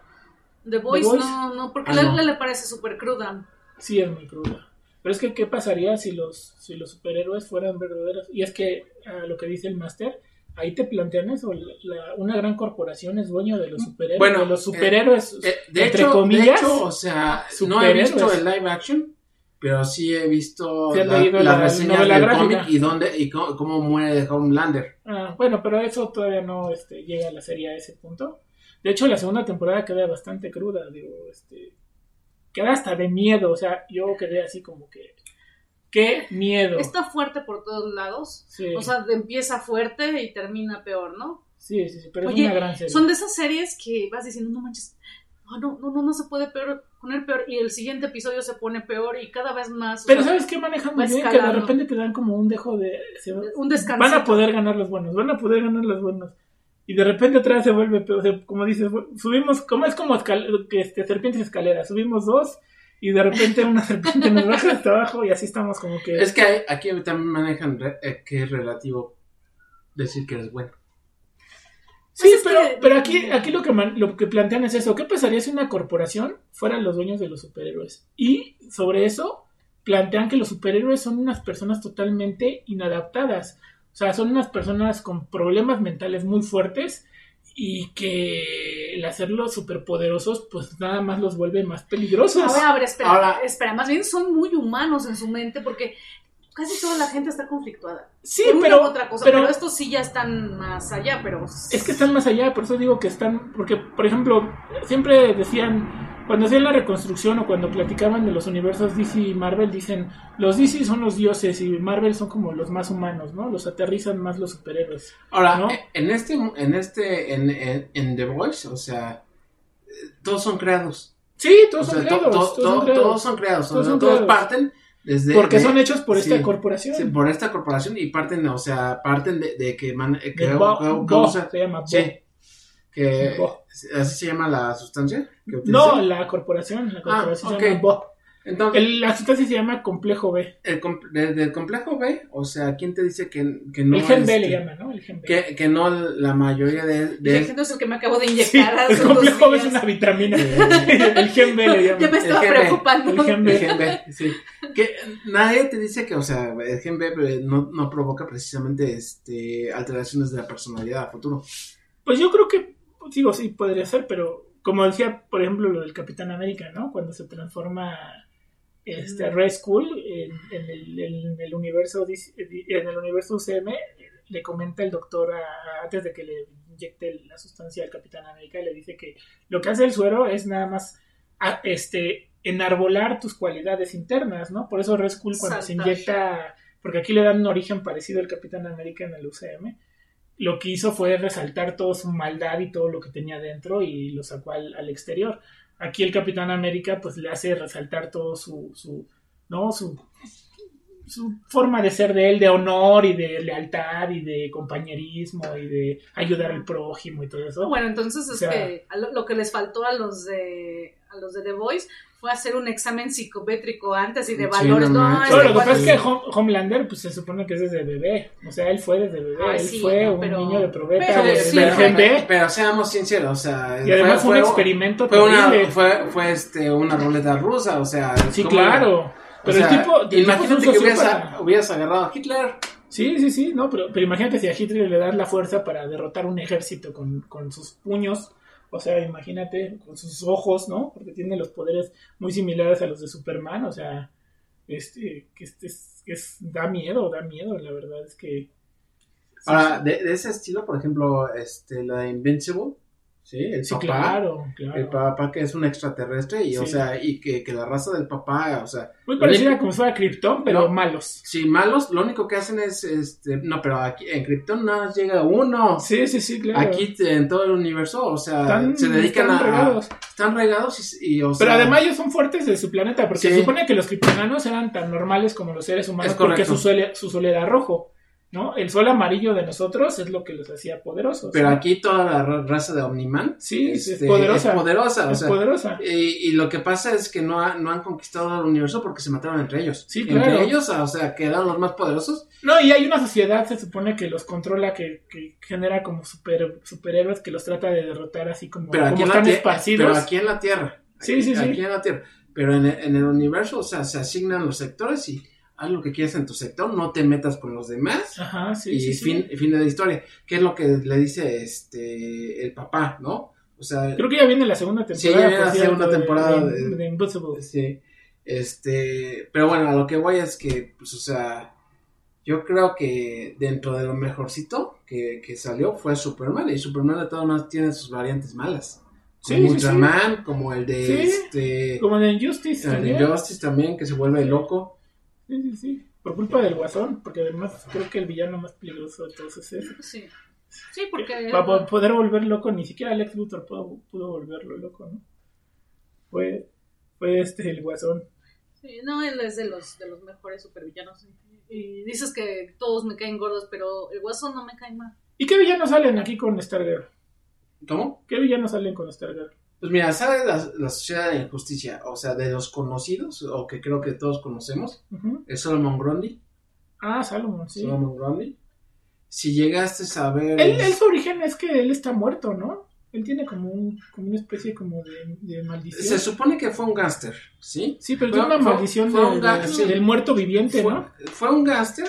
S1: The Voice,
S2: Voice.
S1: no, no, porque
S3: Ah,
S1: la,
S3: no.
S1: la le parece súper cruda.
S2: Sí, es muy cruda. Pero es que, ¿qué pasaría si los, si los superhéroes fueran verdaderos? Y es que, a lo que dice el máster, ahí te plantean eso. la- la- una gran corporación es dueño de los superhéroes.
S3: Mm, Bueno,
S2: de los superhéroes.
S3: eh, de,
S2: Pues, entre
S3: hecho,
S2: comillas,
S3: de hecho, o sea, no he
S2: superhéroes.
S3: visto el live action, pero sí he visto
S2: Sí has
S3: la-
S2: leído
S3: las
S2: la
S3: reseñas
S2: novela
S3: del
S2: gráfica.
S3: cómic y, dónde, y cómo, cómo muere Homelander.
S2: Ah, bueno, pero eso todavía no este, llega a la serie a ese punto. De hecho, la segunda temporada queda bastante cruda. Digo, este, queda hasta de miedo. O sea, yo quedé así como que. ¡Qué miedo!
S1: Está fuerte por todos lados.
S2: Sí,
S1: O sea, empieza fuerte y termina peor, ¿no?
S2: sí, sí, sí, pero
S1: Oye,
S2: es una gran serie.
S1: Son de esas series que vas diciendo, no manches, no, no, no, no, no se puede peor, poner peor, y el siguiente episodio se pone peor y cada vez más. o
S2: Pero
S1: sea,
S2: ¿sabes qué manejan
S1: va
S2: muy bien? Que de
S1: escalando.
S2: repente te dan como un dejo de... se-
S1: un descanso.
S2: van a poder ganar los buenos, van a poder ganar los buenos. Y de repente otra vez se vuelve, peor, o sea, como dices, bu- subimos, como es como escal- que este, serpientes y escaleras, subimos dos y de repente una serpiente nos baja hasta abajo y así estamos como que...
S3: Es que hay- aquí también manejan re- eh, que es relativo decir que eres bueno.
S2: sí,
S1: pues es
S2: pero,
S1: que-
S2: pero aquí, aquí lo, que man- lo que plantean es eso, ¿qué pasaría si una corporación fueran los dueños de los superhéroes? Y sobre eso plantean que los superhéroes son unas personas totalmente inadaptadas, o sea, son unas personas con problemas mentales muy fuertes y que el hacerlos superpoderosos pues nada más los vuelve más peligrosos.
S1: A ver, a ver, espera,
S3: Ahora-
S1: espera, más bien son muy humanos en su mente porque casi toda la gente está conflictuada.
S2: sí,
S1: Por una
S2: pero...
S1: u otra cosa,
S2: pero-
S1: pero, estos sí ya están más allá, pero
S2: Es que están más allá, por eso digo que están, porque por ejemplo, siempre decían, cuando hacían la reconstrucción o cuando platicaban de los universos DC y Marvel, dicen, los DC son los dioses y Marvel son como los más humanos, ¿no? Los aterrizan más los superhéroes.
S3: Ahora,
S2: ¿No?
S3: eh, en este, en este, en, en- en The Voice, o sea, eh, todos son creados.
S2: Sí, todos
S3: O
S2: son
S3: sea, to-
S2: creados,
S3: to-
S2: todos son
S3: to-
S2: creados.
S3: todos son creados, o
S2: Todos
S3: sea,
S2: son
S3: todos
S2: creados.
S3: parten desde...
S2: porque
S3: de-
S2: son hechos por esta
S3: sí.
S2: corporación.
S3: sí, por esta corporación y parten, o sea, parten de, de que... Man, eh,
S2: De
S3: que-
S2: Bo-
S3: que-
S2: Bo,
S3: que usa-
S2: se llama Bo.
S3: sí, que-
S2: Bo.
S3: ¿Así se llama la sustancia? que
S2: No,
S3: utiliza?
S2: la corporación, la corporación
S3: Ah, ok.
S2: se llama Bo.
S3: Entonces,
S2: El- la sustancia se llama complejo B.
S3: el, com- de- del complejo B, o sea, ¿quién te dice que, que no...
S2: el gen B
S3: este,
S2: le llaman, ¿no? El gen B.
S3: que, que no la mayoría de... de-
S1: el es el que me acabo de
S2: Sí,
S1: inyectar. hace
S2: el
S1: dos
S2: complejo B es
S1: días.
S2: una vitamina.
S3: de-
S2: el gen B le
S1: Ya
S2: llaman.
S1: me estaba
S3: gen B,
S2: El
S1: preocupando.
S2: gen
S3: El
S2: B.
S3: eh, gen B, sí. Que nadie te dice que, o sea, el gen B eh, no, no provoca precisamente este, alteraciones de la personalidad a futuro.
S2: Pues yo creo que, pues, digo, sí, podría ser, pero como decía, por ejemplo, lo del Capitán América, ¿no? Cuando se transforma este, Red Skull en, en el, en el universo, DC en el universo UCM, le comenta el doctor a- antes de que le inyecte la sustancia al Capitán América, le dice que lo que hace el suero es nada más a- este, enarbolar tus cualidades internas, ¿no? Por eso Red Skull cuando
S1: Saltar.
S2: se inyecta, porque aquí le dan un origen parecido al Capitán América en el UCM, lo que hizo fue resaltar toda su maldad y todo lo que tenía dentro y lo sacó al, al exterior. Aquí el Capitán América pues le hace resaltar todo su, su ¿no? Su, su forma de ser de él, de honor y de lealtad y de compañerismo y de ayudar al prójimo y todo eso.
S1: Bueno, entonces
S2: O
S1: es
S2: sea-
S1: que a lo, lo que les faltó a los de a los de The Voice fue hacer un examen psicométrico antes y de
S3: Sí,
S1: valores.
S3: no
S1: No,
S3: manches.
S1: este
S2: Pero lo que
S1: cuate-
S2: pasa es que Hom- Homelander pues se supone que es desde bebé, o sea, él fue desde bebé,
S1: Ah,
S2: él
S1: sí,
S2: fue
S1: no,
S2: un
S1: pero-
S2: niño de probeta,
S1: pero
S2: de
S1: sí,
S2: de
S1: pero-
S2: Gen B,
S3: pero seamos sinceros, o sea,
S2: y además fue,
S3: fue,
S2: un experimento
S3: fue una,
S2: terrible.
S3: fue, fue, este, una ruleta rusa, o sea,
S2: Sí,
S3: ¿cómo le-
S2: claro.
S3: o
S2: Pero
S3: sea,
S2: el tipo. el tipo es un
S3: imagínate que hubieras,
S2: sociópata.
S3: hubieras agarrado a Hitler.
S2: Sí, sí, sí, no, pero, pero imagínate si a Hitler le das la fuerza para derrotar un ejército con, con sus puños, o sea, imagínate con sus ojos, ¿no? Porque tiene los poderes muy similares a los de Superman, o sea, este, que este es, que es- da miedo, da miedo, la verdad es que...
S3: Ahora, de, de ese estilo, por ejemplo, este, la de Invincible, ¿sí? El
S2: Sí,
S3: papá,
S2: claro, claro.
S3: El papá que es un extraterrestre y, o
S2: Sí.
S3: sea, y que, que la raza del papá, o sea,
S2: Muy parecida como si fuera Krypton, pero
S3: No.
S2: malos.
S3: si malos, lo único que hacen es, este, no, pero aquí en Krypton nada más llega uno.
S2: Sí, sí, sí, claro.
S3: Aquí te- en todo el universo, o sea,
S2: Están-
S3: Ah, se dedican
S2: están
S3: a- a,
S2: regados.
S3: están regados y, y, o sea,
S2: Pero además ellos son fuertes de su planeta, porque
S3: Sí.
S2: se supone que los kryptonianos eran tan normales como los seres humanos
S3: Es
S2: porque
S3: correcto.
S2: su sol, su sol era rojo, ¿no? El sol amarillo de nosotros es lo que los hacía poderosos.
S3: pero aquí toda la ra- raza de Omniman
S2: Sí, es
S3: este,
S2: poderosa.
S3: es poderosa, o
S2: es
S3: sea,
S2: poderosa.
S3: Y, y lo que pasa es que no, ha- no han conquistado el universo porque se mataron entre ellos.
S2: Sí,
S3: entre
S2: claro.
S3: ellos, o sea, quedaron los más poderosos.
S2: No, y hay una sociedad, se supone que los controla, que, que genera como super, superhéroes que los trata de derrotar así como,
S3: Pero aquí,
S2: como
S3: en la,
S2: están
S3: tie-
S2: esparcidos.
S3: pero aquí en la Tierra.
S2: Sí, sí, sí.
S3: Aquí en la Tierra. Pero en, el- en el universo, o sea, se asignan los sectores y haz lo que quieras en tu sector, no te metas con los demás.
S2: Ajá, sí,
S3: y
S2: sí, sí.
S3: fin, fin de la historia. ¿Qué es lo que le dice este el papá, no? O sea,
S2: Creo que ya viene la segunda
S3: Sí, ya
S2: temporada.
S3: viene
S2: por
S3: la
S2: cierto,
S3: segunda
S2: de-
S3: temporada
S2: de,
S3: de-
S2: de Invincible.
S3: Sí, este, pero bueno, a lo que voy es que, pues, o sea, yo creo que dentro de lo mejorcito que, que salió fue Superman, y Superman de todas maneras tiene sus variantes malas,
S2: Sí,
S3: como
S2: sí, sí.
S3: Ultraman, como el de,
S2: Sí.
S3: este,
S2: Como de Injustice.
S3: el de
S2: también.
S3: Justice también, que se vuelve loco,
S2: Sí, sí, sí. Por culpa del guasón, porque además creo que el villano más peligroso de todos es ese.
S1: Sí. Sí, porque.
S2: Para po- poder volver loco, ni siquiera Alex Luthor pudo, pudo volverlo loco, ¿no? Fue, fue este el guasón.
S1: Sí, no, él es de los, de los mejores supervillanos. Y dices que todos me caen gordos, pero el guasón no me cae mal.
S2: ¿Y qué villanos salen aquí con Stargirl?
S3: ¿cómo?
S2: ¿Qué villanos salen con Stargirl?
S3: Pues mira, sale la, la sociedad de la injusticia, o sea, de los conocidos, o que creo que todos conocemos,
S2: Ujú.
S3: es Solomon Grundy,
S2: Ah, Salomon, sí.
S3: Solomon Grundy, si llegaste a ver...
S2: Él, él su origen es que él está muerto, ¿no? Él tiene como, un, como una especie como de, de
S3: Se
S2: maldición.
S3: supone que fue un gángster, ¿sí?
S2: Sí, pero
S3: Fue-
S2: tiene una
S3: fue-
S2: maldición
S3: fue
S2: de-
S3: un gato,
S2: de-
S3: sí.
S2: del muerto viviente,
S3: Fue,
S2: ¿no?
S3: fue un gángster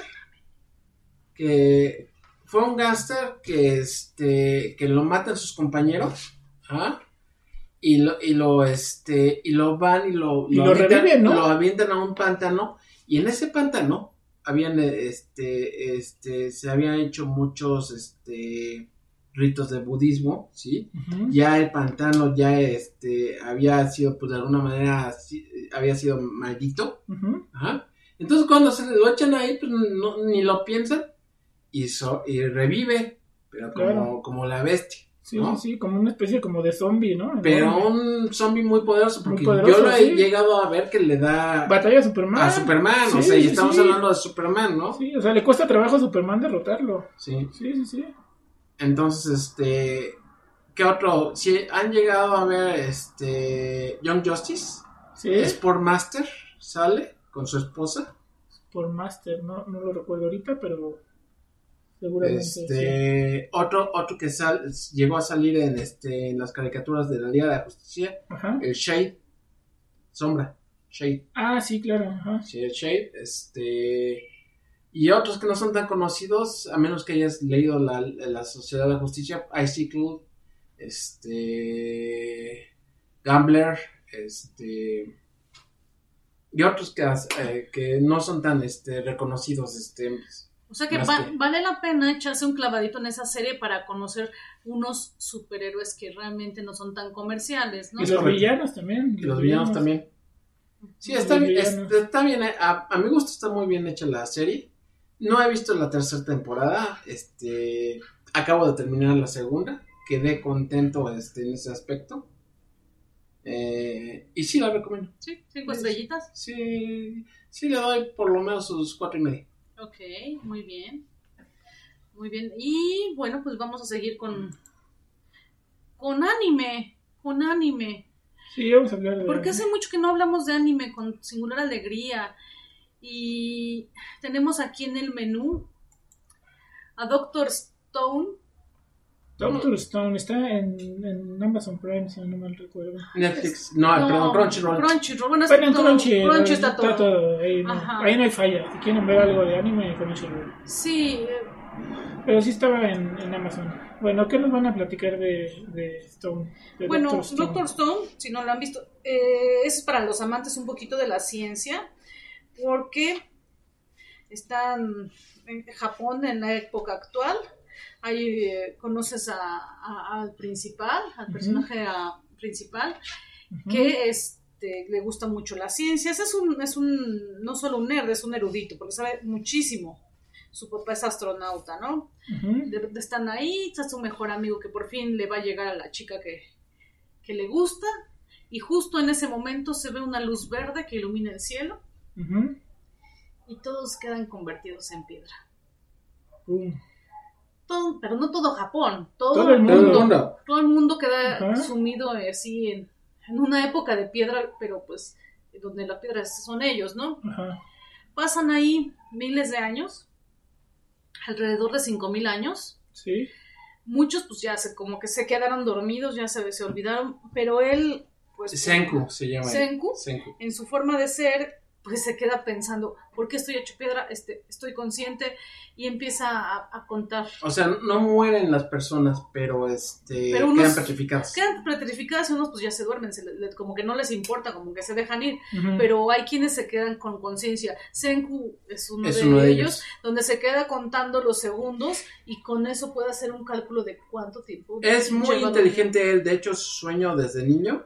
S3: que fue un gángster que este que lo matan sus compañeros, ¿ah? Y lo, y lo este y lo van y lo
S2: Y lo
S3: avientan-
S2: reviven, ¿no?
S3: lo avientan a un pántano y en ese pántano habían eh, este este se habían hecho muchos este ritos de budismo, ¿sí?
S2: Ujú.
S3: ya el pantano ya este había sido pues de alguna manera así, eh, había sido maldito
S2: Ujú.
S3: ajá. entonces cuando se lo echan ahí pues no- ni lo piensan y so- y revive pero como,
S2: Claro.
S3: como la bestia
S2: Sí,
S3: ¿no?
S2: sí, sí, como una especie como de zombie, ¿no?
S3: pero
S2: Enorme.
S3: un zombie muy poderoso
S2: Muy
S3: porque
S2: poderoso,
S3: yo lo he
S2: sí.
S3: llegado a ver que le da
S2: Batalla Superman.
S3: a Superman
S2: Sí,
S3: o sea y
S2: sí,
S3: estamos
S2: sí.
S3: hablando de Superman no
S2: Sí, o sea, le cuesta trabajo a Superman derrotarlo.
S3: sí
S2: Sí, sí, sí.
S3: entonces este qué otro si han llegado a ver este Young Justice
S2: Sí,
S3: Sportmaster sale con su esposa.
S2: por Master, no, no lo recuerdo ahorita, pero seguramente. sí.
S3: Este, otro, otro que sal- llegó a salir en, este, en las caricaturas de la Liga de la Justicia,
S2: Ajá.
S3: el Shade, Sombra, Shade,
S2: Ah, sí, claro. Ajá.
S3: sí, el Shade, este, y otros que no son tan conocidos, a menos que hayas leído la, la Sociedad de la Justicia, Icicle, este, Gambler, este, y otros que, eh, que no son tan este, reconocidos, este,
S1: O sea que
S3: Más
S1: va-
S3: que-
S1: vale la pena echarse un clavadito en esa serie para conocer unos superhéroes que realmente no son tan comerciales, ¿no?
S2: Y
S3: Es
S2: los
S3: correcto.
S2: villanos también.
S3: Y los villanos también. Sí, está
S2: Los
S3: bien, es-
S2: villanos.
S3: está bien, eh, a, a mi gusto está muy bien hecha la serie. No he visto la tercera temporada, este, acabo de terminar la segunda, quedé contento este, en ese aspecto. Eh, y sí la recomiendo.
S1: Sí, cinco estrellitas.
S3: Sí, sí le doy por lo menos sus cuatro y medio.
S1: Ok, muy bien. Muy bien. Y bueno, pues vamos a seguir con. Con anime. Con anime.
S2: Sí, vamos a hablar de.
S1: Porque hace mucho que no hablamos de anime con singular alegría. Y tenemos aquí en el menú a Doctor Stone,
S2: Doctor Stone está en, en Amazon Prime, si no mal recuerdo.
S3: Netflix. No, perdón, Crunchyroll.
S1: Crunchyroll. Bueno, es
S2: Bueno, en
S1: todo-
S2: Crunchyroll
S1: Crunchy está todo.
S2: ahí, no,
S1: Ajá.
S2: ahí no hay falla. Si quieren ver algo de anime, Crunchyroll.
S1: Sí, eh,
S2: Pero sí estaba en, en Amazon. Bueno, ¿qué nos van a platicar de, de Stone? De
S1: Bueno,
S2: Dr.
S1: Doctor
S2: Stone?
S1: Stone. si no lo han visto, eh, es para los amantes un poquito de la ciencia, porque están en Japón en la época actual. Ahí eh, conoces a- a- al principal, al
S2: Ujú.
S1: personaje ah, principal,
S2: Ujú.
S1: que este, le gusta mucho las ciencias. Es un, es un, no solo un nerd, es un erudito, porque sabe muchísimo. Su papá es astronauta, ¿no?
S2: Ujú.
S1: de repente están ahí, está su mejor amigo que por fin le va a llegar a la chica que, que le gusta, y justo en ese momento se ve una luz verde que ilumina el cielo
S2: Ujú.
S1: y todos quedan convertidos en piedra.
S2: Pum.
S1: Todo- pero no todo Japón, todo,
S2: Todo el
S1: el
S3: Todo
S1: mundo,
S3: el mundo.
S1: todo el mundo queda
S2: Ajá.
S1: sumido eh, así en, en una época de piedra, pero pues donde las piedras son ellos, ¿no?
S2: Ajá.
S1: Pasan ahí miles de años, alrededor de 5.000 años.
S2: Sí.
S1: Muchos pues ya se como que se quedaron dormidos, ya se, se olvidaron, pero él pues
S3: Senku se llama. él.
S1: Senku,
S3: Senku.
S1: en su forma de ser pues se queda pensando, ¿por qué estoy hecho piedra? Este, estoy consciente y empieza a, a contar.
S3: O sea, no mueren las personas, pero este
S1: Pero unos-
S3: quedan petrificadas.
S1: Quedan petrificadas y unos pues ya se duermen, se le- le- como que no les importa, como que se dejan ir,
S2: Ujú.
S1: pero hay quienes se quedan con conciencia. Senku es uno,
S3: Es
S1: de,
S3: uno de
S1: ellos,
S3: ellos.
S1: donde se queda contando los segundos y con eso puede hacer un cálculo de cuánto tiempo.
S3: Es muy
S1: lleva a dormir.
S3: inteligente él. De hecho, su sueño desde niño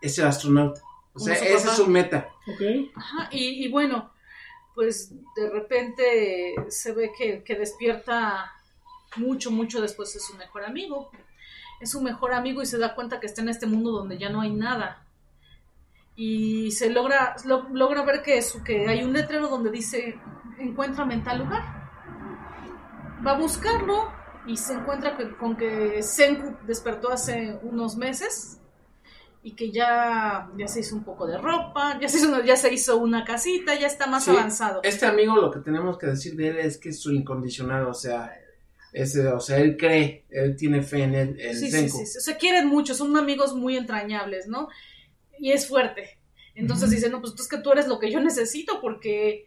S3: es ser astronauta. O
S1: Como
S3: sea,
S1: su
S3: esa
S1: papá.
S3: es su meta.
S2: Ok.
S1: Ajá, y, y bueno, pues de repente se ve que, que despierta mucho, mucho después de su mejor amigo. Es su mejor amigo y se da cuenta que está en este mundo donde ya no hay nada. Y se logra, lo- logra ver que, su, que hay un letrero donde dice, encuéntrame en tal lugar. Va a buscarlo y se encuentra que- con que Senku despertó hace unos meses y que ya, ya se hizo un poco de ropa, ya se hizo una, ya se hizo una casita, ya está más
S3: Sí.
S1: avanzado.
S3: Este amigo, lo que tenemos que decir de él es que es su incondicional. O sea, ese, o sea él cree, él tiene fe en él, en
S1: Sí, sí,
S3: Senku.
S1: sí, sí. O sea, quieren mucho, son amigos muy entrañables, ¿no? Y es fuerte. Entonces
S2: Ujú.
S1: dicen, no, pues tú es que tú eres lo que yo necesito porque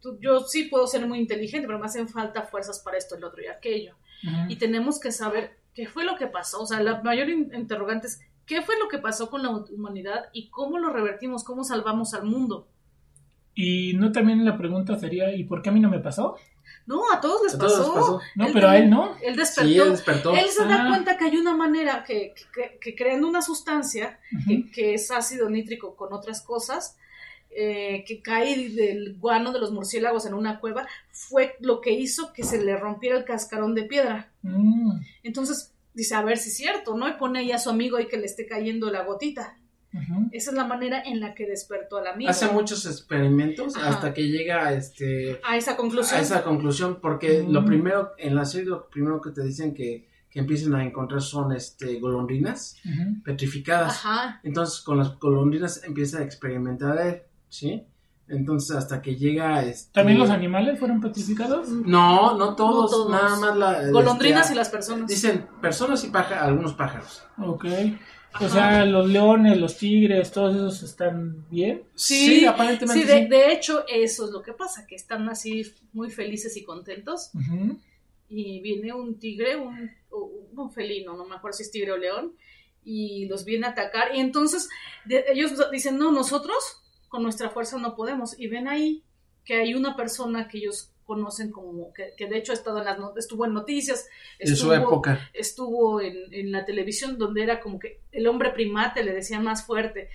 S1: tú- yo sí puedo ser muy inteligente, pero me hacen falta fuerzas para esto, el otro y aquello.
S2: Ujú.
S1: Y tenemos que saber qué fue lo que pasó. O sea, la mayor in- interrogante es, ¿qué fue lo que pasó con la humanidad y cómo lo revertimos, cómo salvamos al mundo?
S2: Y no también la pregunta sería, ¿y por qué a mí no me pasó?
S1: No, a todos les
S3: A
S1: pasó.
S3: todos les pasó.
S2: No,
S1: Él
S2: pero a
S1: también-
S2: él no.
S1: Él
S3: Sí, él
S1: despertó.
S3: despertó.
S1: él se da
S2: Ah.
S1: cuenta que hay una manera que- que- que, que creando una sustancia
S2: Ujú.
S1: que, que es ácido nítrico con otras cosas, eh, que cae del guano de los murciélagos en una cueva, fue lo que hizo que se le rompiera el cascarón de piedra.
S2: Mm.
S1: Entonces dice, a ver si es cierto, ¿no? Y pone ahí a su amigo y que le esté cayendo la gotita.
S2: Ujú.
S1: Esa es la manera en la que despertó al amigo.
S3: Hace muchos experimentos
S1: Ajá.
S3: hasta que llega a este.
S1: A esa conclusión.
S3: a esa conclusión porque
S2: Mm.
S3: lo primero en la serie lo primero que te dicen que, que empiezan a encontrar son este golondrinas
S2: Ujú.
S3: petrificadas
S1: Ajá.
S3: entonces con las golondrinas empieza a experimentar él sí entonces hasta que llega este
S2: ¿También los animales fueron petrificados?
S3: no no todos,
S1: No todos.
S3: nada más la
S1: Golondrinas
S3: este,
S1: y las personas.
S3: dicen personas y pájaros algunos pájaros
S2: Ok.
S1: Mm. Ajá.
S2: O sea, los leones, los tigres, todos esos están bien.
S1: Sí,
S3: aparentemente
S1: Sí, de, de hecho, eso es lo que pasa, que están así muy felices y contentos.
S2: Ujú.
S1: y viene un tigre, un, o un felino, no me acuerdo si es tigre o león, y los viene a atacar. Y entonces de- ellos dicen, no, nosotros con nuestra fuerza no podemos. Y ven ahí que hay una persona que ellos conocen como, que, que de hecho ha estado en las no- estuvo en noticias,
S3: en
S1: estuvo,
S3: su época
S1: estuvo en, en la televisión donde era como que el hombre primate, le decían más fuerte.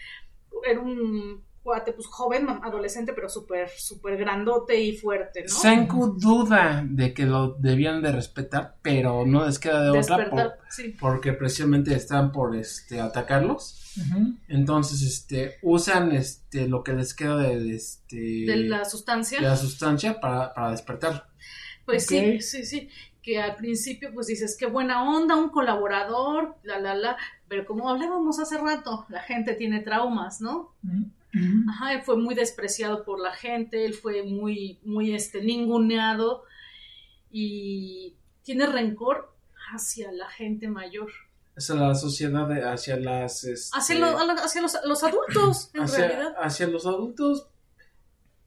S1: Era un cuate, pues joven, adolescente, pero súper, súper grandote y fuerte, ¿no?
S3: Senku duda de que lo debían de respetar pero no les queda de otra por-
S1: Despertar, sí.
S3: porque precisamente están por este atacarlos
S2: Ujú.
S3: Entonces, este, usan este lo que les queda de, este,
S1: de la
S3: de
S1: sustancia,
S3: la sustancia para, para despertar.
S1: pues
S2: ok.
S1: sí, sí, sí, que al principio pues dices, qué buena onda, un colaborador, la, la, la, pero como hablábamos hace rato, la gente tiene traumas, ¿no?
S2: Ujú.
S1: Ajá, él fue muy despreciado por la gente, él fue muy, muy, este, ninguneado y tiene rencor hacia la gente mayor.
S3: hacia la sociedad, de- hacia las... este,
S1: Hacia, lo- a la- hacia los, los adultos, en
S3: hacia,
S1: realidad.
S3: hacia los adultos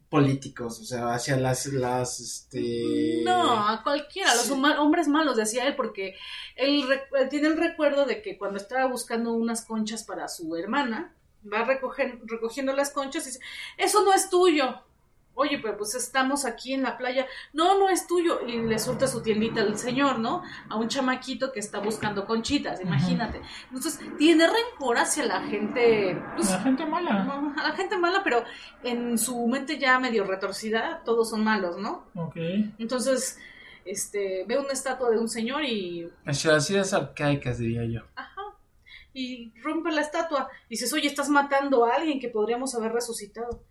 S3: políticos, o sea, hacia las... las este...
S1: No, a cualquiera, a los
S3: sí.
S1: huma- hombres malos, decía él, porque él, re- él tiene el recuerdo de que cuando estaba buscando unas conchas para su hermana, va recogen- recogiendo las conchas y dice, eso no es tuyo. Oye, pero pues estamos aquí en la playa. No, no es tuyo. Y le suelta su tiendita al señor, ¿no? A un chamaquito que está buscando conchitas, imagínate. Entonces, tiene rencor hacia la gente, pues,
S2: La gente mala.
S1: no, a la gente mala, pero en su mente ya medio retorcida, todos son malos, ¿no?
S2: Ok.
S1: Entonces, este, ve una estatua de un señor y,
S3: Hacia las ideas arcaicas, diría yo.
S1: ajá, y rompe la estatua. Y dices, oye, estás matando a alguien que podríamos haber resucitado.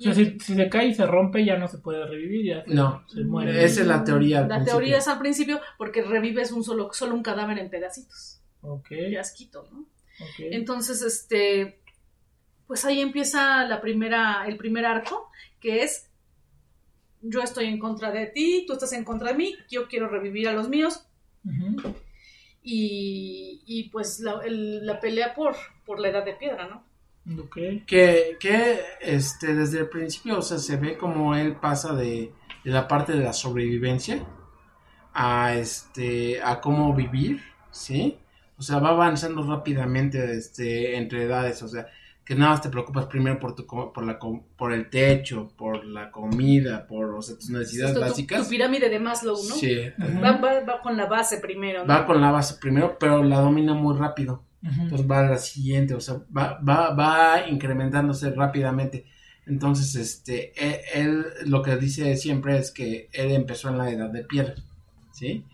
S2: O sea, si, si se cae y se rompe, ya no se puede revivir, ya se,
S3: No,
S2: se muere.
S3: esa es la teoría al
S1: La
S3: principio.
S1: teoría es al principio porque revives un solo, solo un cadáver en pedacitos.
S2: Ok,
S1: Qué asquito, ¿no?
S2: ok.
S1: Entonces, este, pues ahí empieza la primera, el primer arco, que es yo estoy en contra de ti, tú estás en contra de mí, yo quiero revivir a los míos,
S2: Ujú.
S1: y, y, pues la, el- la pelea por, por la edad de piedra, ¿no?
S2: Ok.
S3: que, que este, desde el principio, o sea, se ve como él pasa de, de la parte de la sobrevivencia a este a cómo vivir, ¿sí? O sea, va avanzando rápidamente este, entre edades, o sea, que nada más te preocupas primero por tu co- por la com- por el techo, por la comida, por o sea, tus necesidades
S1: Tu- tu- Tu,
S3: básicas.
S1: pirámide de Maslow, ¿no?
S3: Sí.
S2: Ujú.
S1: Va, va- va con la base primero, ¿no?
S3: Va con la base primero, pero la domina muy rápido.
S2: Ujú.
S3: Entonces pues, va a la siguiente, o sea, va, va, va incrementándose rápidamente. Entonces, este, e- él, lo que dice siempre es que él empezó en la edad de piedra, ¿sí?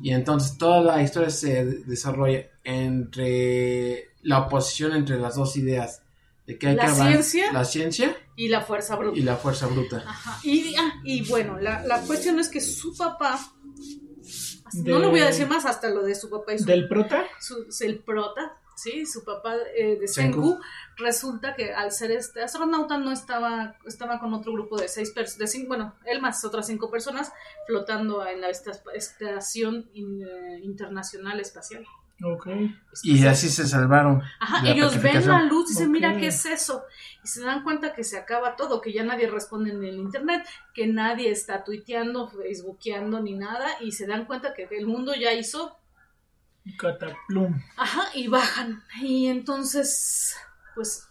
S3: Y entonces toda la historia se desarrolla entre la oposición entre las dos ideas, de que hay
S1: La
S3: que avan-
S1: ciencia.
S3: la ciencia
S1: Y la fuerza bruta.
S3: y la fuerza bruta.
S1: Ajá. Y, ah, y bueno, la, la cuestión es que su papá, no
S2: De-
S1: lo voy a decir más hasta lo de su papá y su,
S2: Del prota,
S1: su- el prota, ¿sí? Su papá eh, de
S3: Senku.
S1: Senku, resulta que al ser este astronauta no estaba, estaba con otro grupo de seis personas, de cinco, bueno, él más otras cinco personas flotando en la esta- estación in- eh, internacional espacial.
S2: ok.
S3: Y así se salvaron.
S1: Ajá,
S3: la
S1: ellos ven la
S3: petrificación.
S1: luz y dicen,
S2: Ok.
S1: mira, ¿qué es eso? Y se dan cuenta que se acaba todo, que ya nadie responde en el Internet, que nadie está tuiteando, facebookeando ni nada, y se dan cuenta que el mundo ya hizo
S2: Cataplum.
S1: Ajá, y bajan. Y entonces, pues,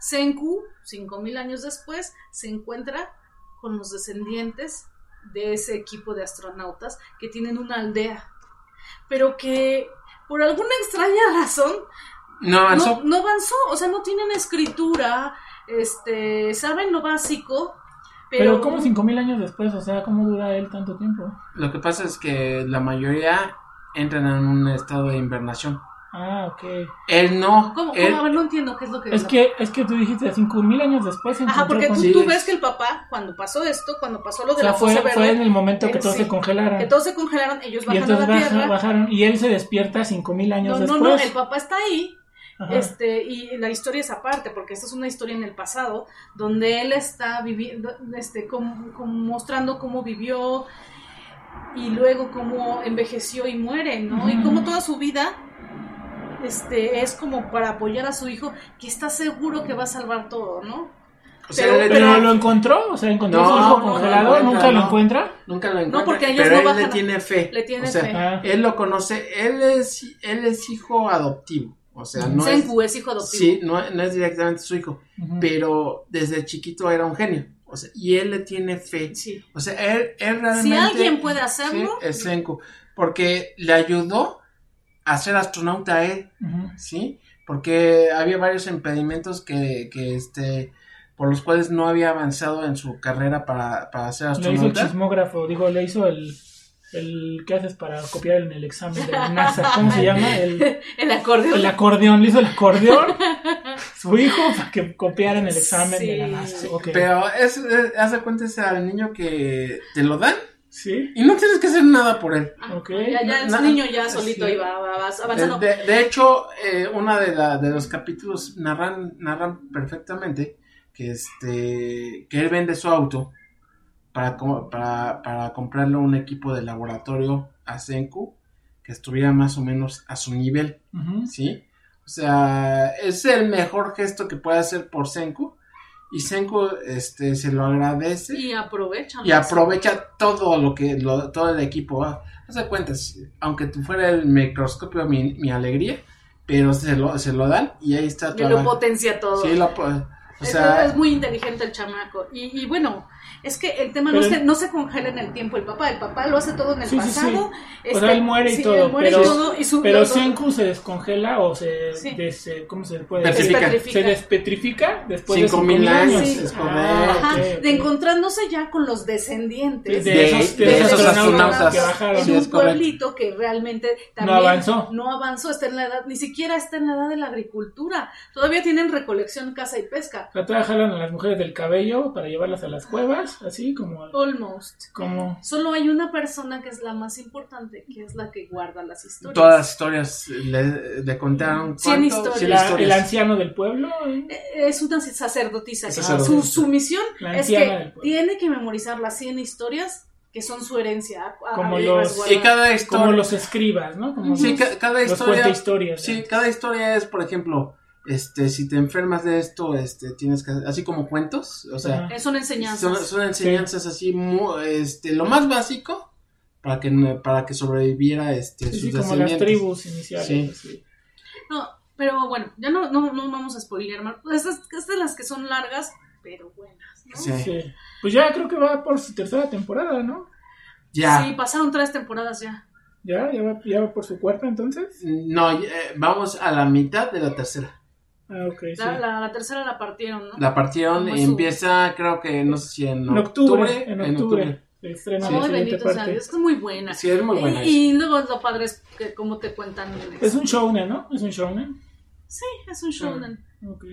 S1: Senku, 5.000 años después, se encuentra con los descendientes de ese equipo de astronautas que tienen una aldea, pero que por alguna extraña razón
S3: No,
S1: no,
S3: avanzó.
S1: no avanzó, o sea, no tienen escritura, este, saben lo básico, pero...
S2: Pero, como como 5000 años después, o sea, ¿cómo dura él tanto tiempo?
S3: lo que pasa es que la mayoría entran en un estado de invernación.
S2: Ah, ok.
S3: Él no.
S1: ¿Cómo?
S3: él-
S1: ¿Cómo? A ver, no entiendo qué es lo que...
S2: Es que, es que tú dijiste 5000 años después. se
S1: Ajá,
S2: encontró
S1: porque
S2: con-
S1: tú,
S3: Sí,
S1: tú
S3: es-
S1: ves que el papá, cuando pasó esto, cuando pasó lo
S2: O
S1: de
S2: sea,
S1: la
S2: fue,
S1: fosa
S2: fue
S1: verde,
S2: en el momento que
S1: eh,
S2: todos
S1: sí.
S2: se congelaron.
S1: que todos se congelaron, ellos
S2: y
S1: bajan a la
S2: entonces baja-
S1: tierra.
S2: bajaron. Y él se despierta 5000 años
S1: no, no,
S2: después.
S1: no, el papá está ahí,
S2: Ajá.
S1: este, y la historia es aparte, porque esta es una historia en el pasado, donde él está viviendo, este, como, como mostrando cómo vivió y luego cómo envejeció y muere, ¿no? Y cómo toda su vida este, es como para apoyar a su hijo, que está seguro que va a salvar todo, ¿no?
S3: O sea,
S1: Pero-
S3: él le
S2: Pero
S3: tiene-
S2: Eh, lo encontró, o sea, encontró a su
S3: No,
S2: hijo
S3: no lo
S2: congelado,
S3: encuentra,
S2: nunca lo
S3: no.
S2: encuentra.
S3: nunca lo encuentra.
S1: No, porque ellos
S3: pero
S1: no
S3: él
S1: bajan
S3: le
S1: a-
S3: tiene fe.
S1: Le tiene
S3: o sea,
S1: fe.
S2: Ah,
S3: él lo conoce, él es, él es hijo adoptivo. O sea, no es,
S1: Senku es, hijo adoptivo.
S3: sí, no, no es directamente su hijo,
S2: ujú.
S3: pero desde chiquito era un genio. O sea, y él le tiene fe.
S1: Sí.
S3: O sea, él, él realmente.
S1: Si alguien puede hacerlo,
S3: Sí, es Senku, porque le ayudó a ser astronauta a él.
S2: Ujú.
S3: ¿sí? Porque había varios impedimentos que, que, este, por los cuales no había avanzado en su carrera para, para ser
S2: Le hizo el
S3: astronauta.
S2: chismógrafo, digo, le hizo el, el ¿qué haces para copiar en el examen de la NASA? ¿Cómo se llama? El,
S1: el acordeón. Ah,
S2: el acordeón, le hizo el acordeón su hijo para que copiara en el examen de la
S1: Sí.
S2: NASA. Ok.
S3: Pero es, es- haz de cuenta es al niño que te lo dan
S2: Sí.
S3: y no tienes que hacer nada por él.
S1: Ah,
S2: Ok.
S1: Ya, ya, el
S3: Na-
S1: niño ya solito
S3: sí.
S1: iba va, va
S3: De,
S1: avanzando.
S3: de- de hecho, eh, una de, la, de los capítulos narran, narran perfectamente que, este, que él vende su auto para, co- para, para comprarle un equipo de laboratorio a Senku que estuviera más o menos a su nivel,
S2: Ujú.
S3: ¿sí? O sea, es el mejor gesto que puede hacer por Senku y Senku este, se lo agradece
S1: Y aprovechan.
S3: y aprovecha todo lo que lo- todo el equipo ah, haz de cuentas aunque tú fuera el microscopio mi, mi alegría pero se lo, se lo dan y ahí está
S1: Y lo potencia todo.
S3: sí lo po- o
S1: Es-
S3: sea
S1: es, muy inteligente el chamaco. Y, y bueno, es que el tema no
S2: Pero-
S1: se, no se congela en el tiempo. El papá, el papá lo hace todo en el
S2: Sí, sí, sí.
S1: pasado. Este,
S2: O sea, él muere y
S1: sí,
S2: todo,
S1: él muere y
S2: pero-
S1: todo, y su-
S2: Pero
S1: los-
S2: Senku se descongela o se,
S1: Sí.
S2: des- eh, ¿cómo se le puede
S1: es
S3: Petrifica.
S1: petrifica.
S2: Se despetrifica después de
S3: 5000
S2: 5000 años.
S1: años, es
S3: correcto.
S1: Ajá,
S2: ok, ok.
S1: de encontrándose ya con los descendientes.
S2: de,
S3: De-
S2: esos, de
S1: de
S2: esos
S1: esos
S2: astronautas,
S1: astronautas.
S2: que bajaron.
S1: en
S3: Sí,
S1: un
S3: es correcto.
S1: pueblito que realmente también
S2: avanzó.
S1: no avanzó, está en la edad, ni siquiera está en la edad de la agricultura, todavía tienen recolección, caza y pesca,
S2: Trataba jalan a las mujeres del cabello para llevarlas a las cuevas, así como...
S1: almost.
S2: como
S1: Solo hay una persona que es la más importante, que es la que guarda las historias.
S3: todas las historias le, le contaron
S1: Cien
S3: ¿cuánto?
S1: historias.
S3: Cien
S2: la- el
S3: historias.
S2: anciano del pueblo. ¿eh?
S1: Eh, Es una sacerdotisa.
S3: Es
S1: que Su,
S3: sacerdotisa.
S1: su misión
S2: La
S1: es
S2: anciana del
S1: que
S2: pueblo.
S1: tiene que memorizar las 100 historias que son su herencia. a- a-
S2: Como
S1: a-
S2: los-
S1: resguardar.
S3: y cada
S2: Como
S3: historia
S2: los escribas, ¿no? Como
S3: sí,
S2: los,
S3: ca- cada
S2: los cuenta
S3: historia
S2: historias.
S3: sí cada historia es por ejemplo este si te enfermas de esto este tienes que así como cuentos o sea
S2: Ajá.
S1: Eh, Son enseñanzas.
S3: Son, son enseñanzas así, mu- este, lo más básico para que, no- para que sobreviviera este,
S2: Sí,
S3: sus
S2: sí, como las
S3: descendientes.
S2: tribus iniciales.
S3: Sí.
S2: así.
S1: No, pero bueno, ya no, no, no vamos a spoilear más. Pues Estas, estas son las que son largas, pero buenas. ¿no?
S3: Sí.
S2: Sí. Pues ya creo que va por su tercera temporada, ¿no?
S1: Sí,
S3: Ya,
S1: pasaron tres temporadas ya.
S2: Ya, ya va, ya va por su cuarta entonces.
S3: no, eh, vamos a la mitad de la tercera.
S2: Ah, ok, sí.
S1: La, la- la tercera la partieron, ¿no?
S3: La partieron,
S1: Como su-
S3: empieza creo que, no sé si en
S2: En
S3: octubre.
S2: octubre, en octubre. Se estrena
S1: Ay,
S2: la siguiente
S1: bendito sea
S2: parte.
S1: Dios, que es muy buena.
S3: Sí, es muy buena.
S1: y, y luego lo padre es que cómo te cuentan.
S2: Es un shounen, ¿no? Es un shounen.
S1: Sí, es un shonen.
S2: Ok.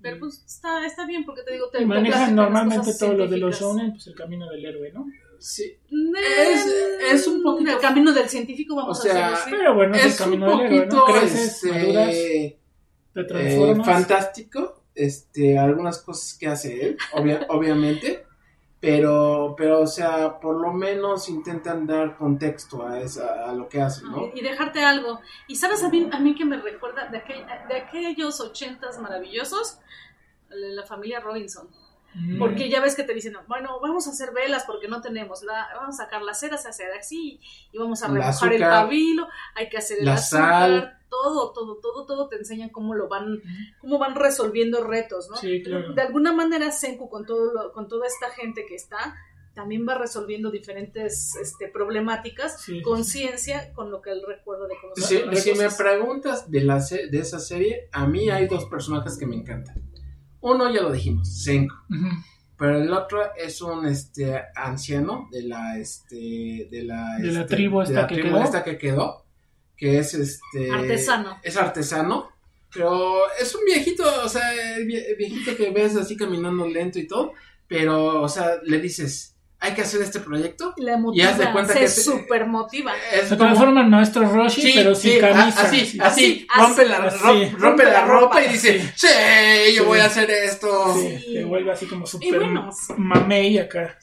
S1: Pero pues está, está bien porque te digo, te te
S2: Manejan
S1: platican las
S2: normalmente
S1: cosas
S2: todo lo de los
S1: científicas.
S2: shounen, pues el camino del héroe, ¿no?
S3: Sí,
S1: Eh,
S3: Es- es un poquito-
S1: El camino del científico,
S3: o
S1: vamos
S3: sea,
S1: a decirlo así.
S2: Pero bueno, es,
S3: es
S2: el
S3: un
S2: camino del héroe, ¿no?
S3: poquito
S2: Creces,
S3: este,
S2: maduras,
S3: eh,
S2: te transformas.
S3: fantástico, este, algunas cosas que hace él, obvia- obviamente. Pero, pero, o sea, por lo menos intentan dar contexto a, esa, a lo que hace,
S2: Ah,
S3: ¿no?
S1: Y dejarte algo. Y sabes a mí, a mí que me recuerda de, aquel- de aquellos ochentas maravillosos, la la familia Robinson.
S2: Mm.
S1: Porque ya ves que te dicen, no, bueno, vamos a hacer velas porque no tenemos, la, vamos a sacar la cera, se hace así, y vamos a
S3: La
S1: remojar el
S3: azúcar,
S1: pabilo, hay que hacer el
S3: la
S1: azúcar,
S3: sal.
S1: todo, todo, todo, todo te enseñan cómo lo van,
S2: Ujú.
S1: cómo van resolviendo retos, ¿no?
S2: Sí, claro.
S1: De alguna manera Senku con todo lo- con toda esta gente que está también va resolviendo diferentes este, problemáticas
S2: Sí.
S1: con ciencia, con lo que él recuerda de conocer.
S3: Si,
S2: Otras
S3: si me
S2: cosas.
S3: preguntas de, la, se- de esa serie, a mí hay dos personajes que me encantan. Uno ya lo dijimos, Senko.
S2: Ujú.
S3: Pero el otro es un este anciano de la este de la,
S2: De la
S3: este,
S2: tribu esta que quedó.
S3: esta que quedó, que es este
S1: Artesano.
S3: Es artesano, pero es un viejito, o sea, el vie- el viejito que ves así caminando lento y todo, pero o sea, le dices, "Hay que hacer este proyecto."
S1: La
S3: haz de
S1: motiva,
S3: cuenta
S1: se
S3: que se-
S1: supermotiva.
S3: Es
S2: Se
S3: como-
S2: transforma en nuestro Roshi, pero sin
S3: sí, a-
S2: camisa.
S3: Así,
S2: Sí.
S3: así,
S1: Así,
S3: rompe,
S1: así.
S3: la,
S2: Así.
S3: ro- rompe
S1: Rompe
S3: la
S1: la
S3: ropa
S1: ropa.
S3: y dice, sí, yo
S2: Sí.
S3: voy a hacer esto. Sí.
S2: Sí, Se vuelve así como
S1: Y
S2: super
S1: bueno,
S2: mamey acá.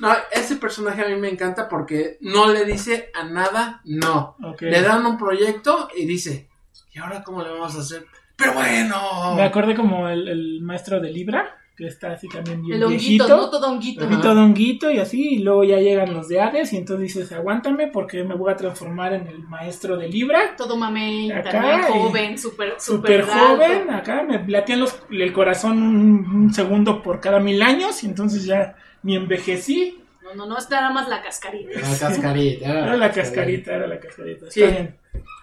S3: no, ese personaje a mí me encanta porque no le dice a nada no.
S2: Ok.
S3: Le dan un proyecto y dice, ¿y ahora cómo le vamos a hacer? Pero bueno.
S2: Me acordé como el, el maestro de Libra, que está así también bien
S1: el honguito,
S2: viejito.
S1: no todo honguito.
S3: Ajá.
S2: Pepito Donguito y así, y luego ya llegan los de Hades y entonces dices, aguántame porque me voy a transformar en el maestro de Libra.
S1: Todo mamey,
S2: Acá,
S1: también
S2: y-
S1: joven, súper
S2: Súper
S1: súper galgo.
S2: joven, acá me latían los- el corazón un, un segundo por cada mil años y entonces ya ni envejecí.
S1: No, no, no, esta era más la cascarita.
S3: La cascarita.
S2: Era la cascarita, era la cascarita.
S3: Sí.
S2: Está bien,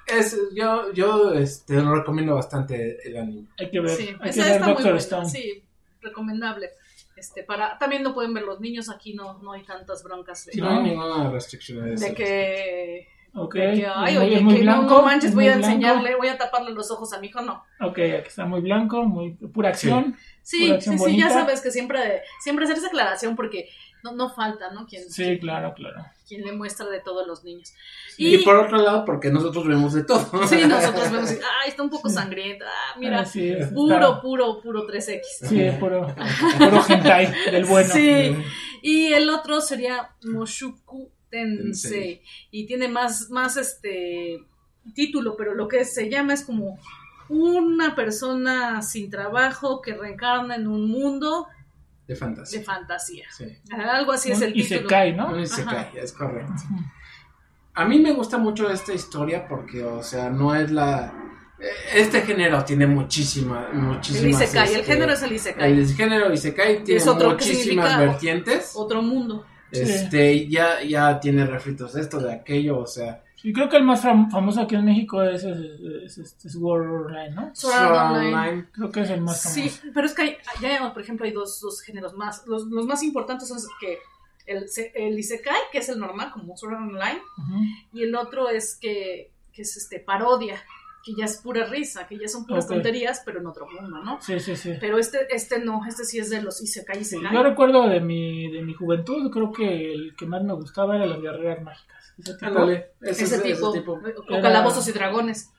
S3: Es, yo yo este, lo recomiendo bastante el anime.
S2: hay que ver.
S1: Sí,
S2: hay que
S1: esa
S2: ver
S1: está muy
S2: Doctor
S1: buena,
S2: Stone.
S1: sí, recomendable. Este, para, también lo pueden ver los niños, aquí no, no hay tantas broncas de,
S3: Sí, no,
S2: No.
S3: hay ninguna restricción. a
S1: de
S3: eso.
S1: que
S2: Ok.
S1: de que, ay,
S2: Es muy-
S1: oye,
S2: es muy
S1: que no,
S2: blanco,
S1: no manches,
S2: es
S1: voy
S2: muy
S1: a
S2: blanco.
S1: enseñarle, voy a taparle los ojos a mi hijo, no.
S2: Ok, aquí está muy blanco, muy pura acción. Pura
S1: Sí,
S2: acción
S1: sí, sí, ya
S2: bonita.
S1: sabes que siempre, siempre hacer esa aclaración porque no, no falta, ¿no? Quien,
S2: Sí, claro, claro.
S1: quien le muestra de todos los niños.
S3: Y...
S1: Y,
S3: por otro lado, porque nosotros vemos de todo.
S1: sí, nosotros vemos, ay, está un poco sangrienta, ah, mira,
S2: Así es, está-
S1: puro, puro, puro 3X.
S2: Sí, es puro, puro hentai del bueno.
S1: Sí. Y el otro sería Moshuku Tensei. Y tiene más, más este título, pero lo que se llama es como una persona sin trabajo que reencarna en un mundo
S3: de fantasía.
S1: de fantasía.
S3: Sí.
S1: Algo así es el
S2: y
S1: título. Mm.
S2: se cae, ¿no?
S3: Un isekai,
S1: Ajá.
S3: es correcto. A mí me gusta mucho esta historia porque, o sea, no es la... eh, Este género tiene muchísima,
S1: El
S3: muchísimas...
S1: Isekai, el
S3: este,
S1: género es el Isekai.
S3: El género Isekai tiene
S1: Es otro
S3: muchísimas
S1: significado.
S3: vertientes.
S1: Otro mundo.
S2: Sí.
S3: Este, y ya, ya tiene refritos de esto, de aquello, o sea...
S2: Y creo que el más fam- famoso aquí en México es, es, es- es Sword Art Online, ¿no?
S1: Sword Art
S3: Sword
S1: Online.
S3: Online.
S2: Creo que es el más famoso.
S1: Sí, pero es que hay- ya, por ejemplo, hay dos, dos géneros más. Los, los más importantes son que el, se- el Isekai, que es el normal, como Sword Art Online,
S2: Ujú.
S1: y el otro es que, que es este parodia, que ya es pura risa, que ya son puras
S2: Ok.
S1: tonterías, pero en otro mundo, ¿no?
S2: Sí, sí, sí.
S1: Pero este, este no, este sí es de los Isekai
S2: Sí,
S1: Isekai.
S2: Yo recuerdo de mi, de mi juventud, creo que el que más me gustaba era las guerreras mágicas. Ese tipo.
S3: Ándale,
S1: ese,
S3: Ah, ese, es- ese
S1: tipo,
S3: tipo.
S1: o
S2: Era-
S1: calabozos y dragones.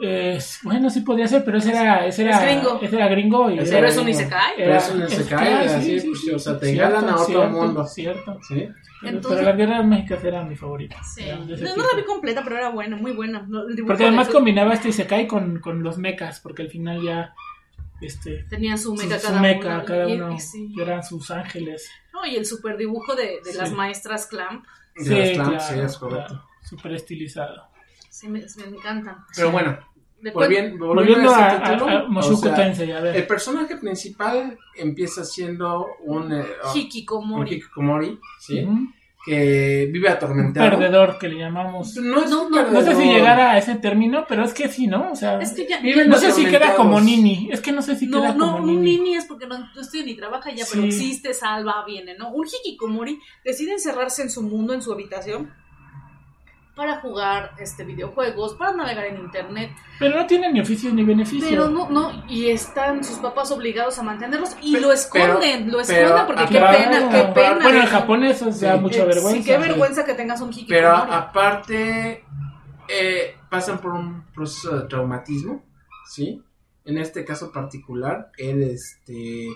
S2: Eh, bueno, sí podía ser, pero ese era, ese era,
S1: Es gringo.
S2: Ese era gringo y
S3: Ese
S2: era-
S1: Pero es un
S3: Era-
S1: Isekai.
S3: Pero eso no se
S2: es-
S3: cae,
S2: ah,
S3: así, pues, o sea, te jalan a otro mundo.
S2: Cierto.
S3: Sí.
S2: Pero-
S1: Entonces-
S2: pero las guerras mágicas eran mi favorita.
S1: Sí.
S2: Eran de ese
S1: No, no
S2: tipo.
S1: la vi completa, pero era buena, muy buena. No, el dibujo
S2: Porque además
S1: de-
S2: combinaba este Isekai con, con los mechas, porque al final ya este
S1: tenían su meca
S2: su- su
S1: cada
S2: mecha,
S1: uno.
S2: cada
S1: y-
S2: uno,
S1: y- sí.
S2: que eran sus ángeles.
S1: No, y el super dibujo de, de
S2: Sí.
S1: las maestras Clamp,
S3: De las clamps, sí, es correcto.
S2: claro, Súper estilizado.
S1: sí, me, me encantan.
S3: Pero bueno,
S1: De
S3: volvi-
S1: cual-
S3: volviendo,
S2: Volviendo a,
S3: a ese
S2: a,
S3: título,
S2: a
S3: o
S2: Mushoku
S3: sea,
S2: Tensei, a ver.
S3: el personaje principal empieza siendo un, eh,
S2: ah,
S3: un
S1: Hikikomori.
S3: Hikikomori, ¿sí?
S2: Ujú.
S3: que vive
S2: Un
S3: atormentado.
S2: perdedor que le llamamos.
S3: No, es un
S2: No sé si
S3: perdedor.
S2: llegara a ese término, pero es que sí, ¿no? O sea,
S1: Es que ya.
S3: Viven
S2: no sé si
S3: atormentados.
S2: queda como Nini. Es que no sé si
S1: No,
S2: queda
S1: no,
S2: como
S1: un
S2: Nini.
S1: nini es porque no, no estudia ni trabaja ya, pero
S2: Sí.
S1: existe, salva, viene, ¿no? Un hikikomori decide encerrarse en su mundo, en su habitación, para jugar este videojuegos, para navegar en internet,
S2: Pero no tiene ni oficios ni beneficios.
S1: pero no, no, y están sus papás obligados a mantenerlos y
S3: Pe-
S1: lo esconden, lo esconden
S3: pero-
S1: porque qué
S2: Claro.
S1: pena, qué pena.
S2: Bueno, en japonés o sea,
S3: Sí.
S2: mucha
S1: Eh,
S2: vergüenza.
S1: Sí, qué vergüenza que tengas un hikikomori.
S3: Pero aparte, eh, pasan por un proceso de traumatismo, ¿sí? En este caso particular, él, este,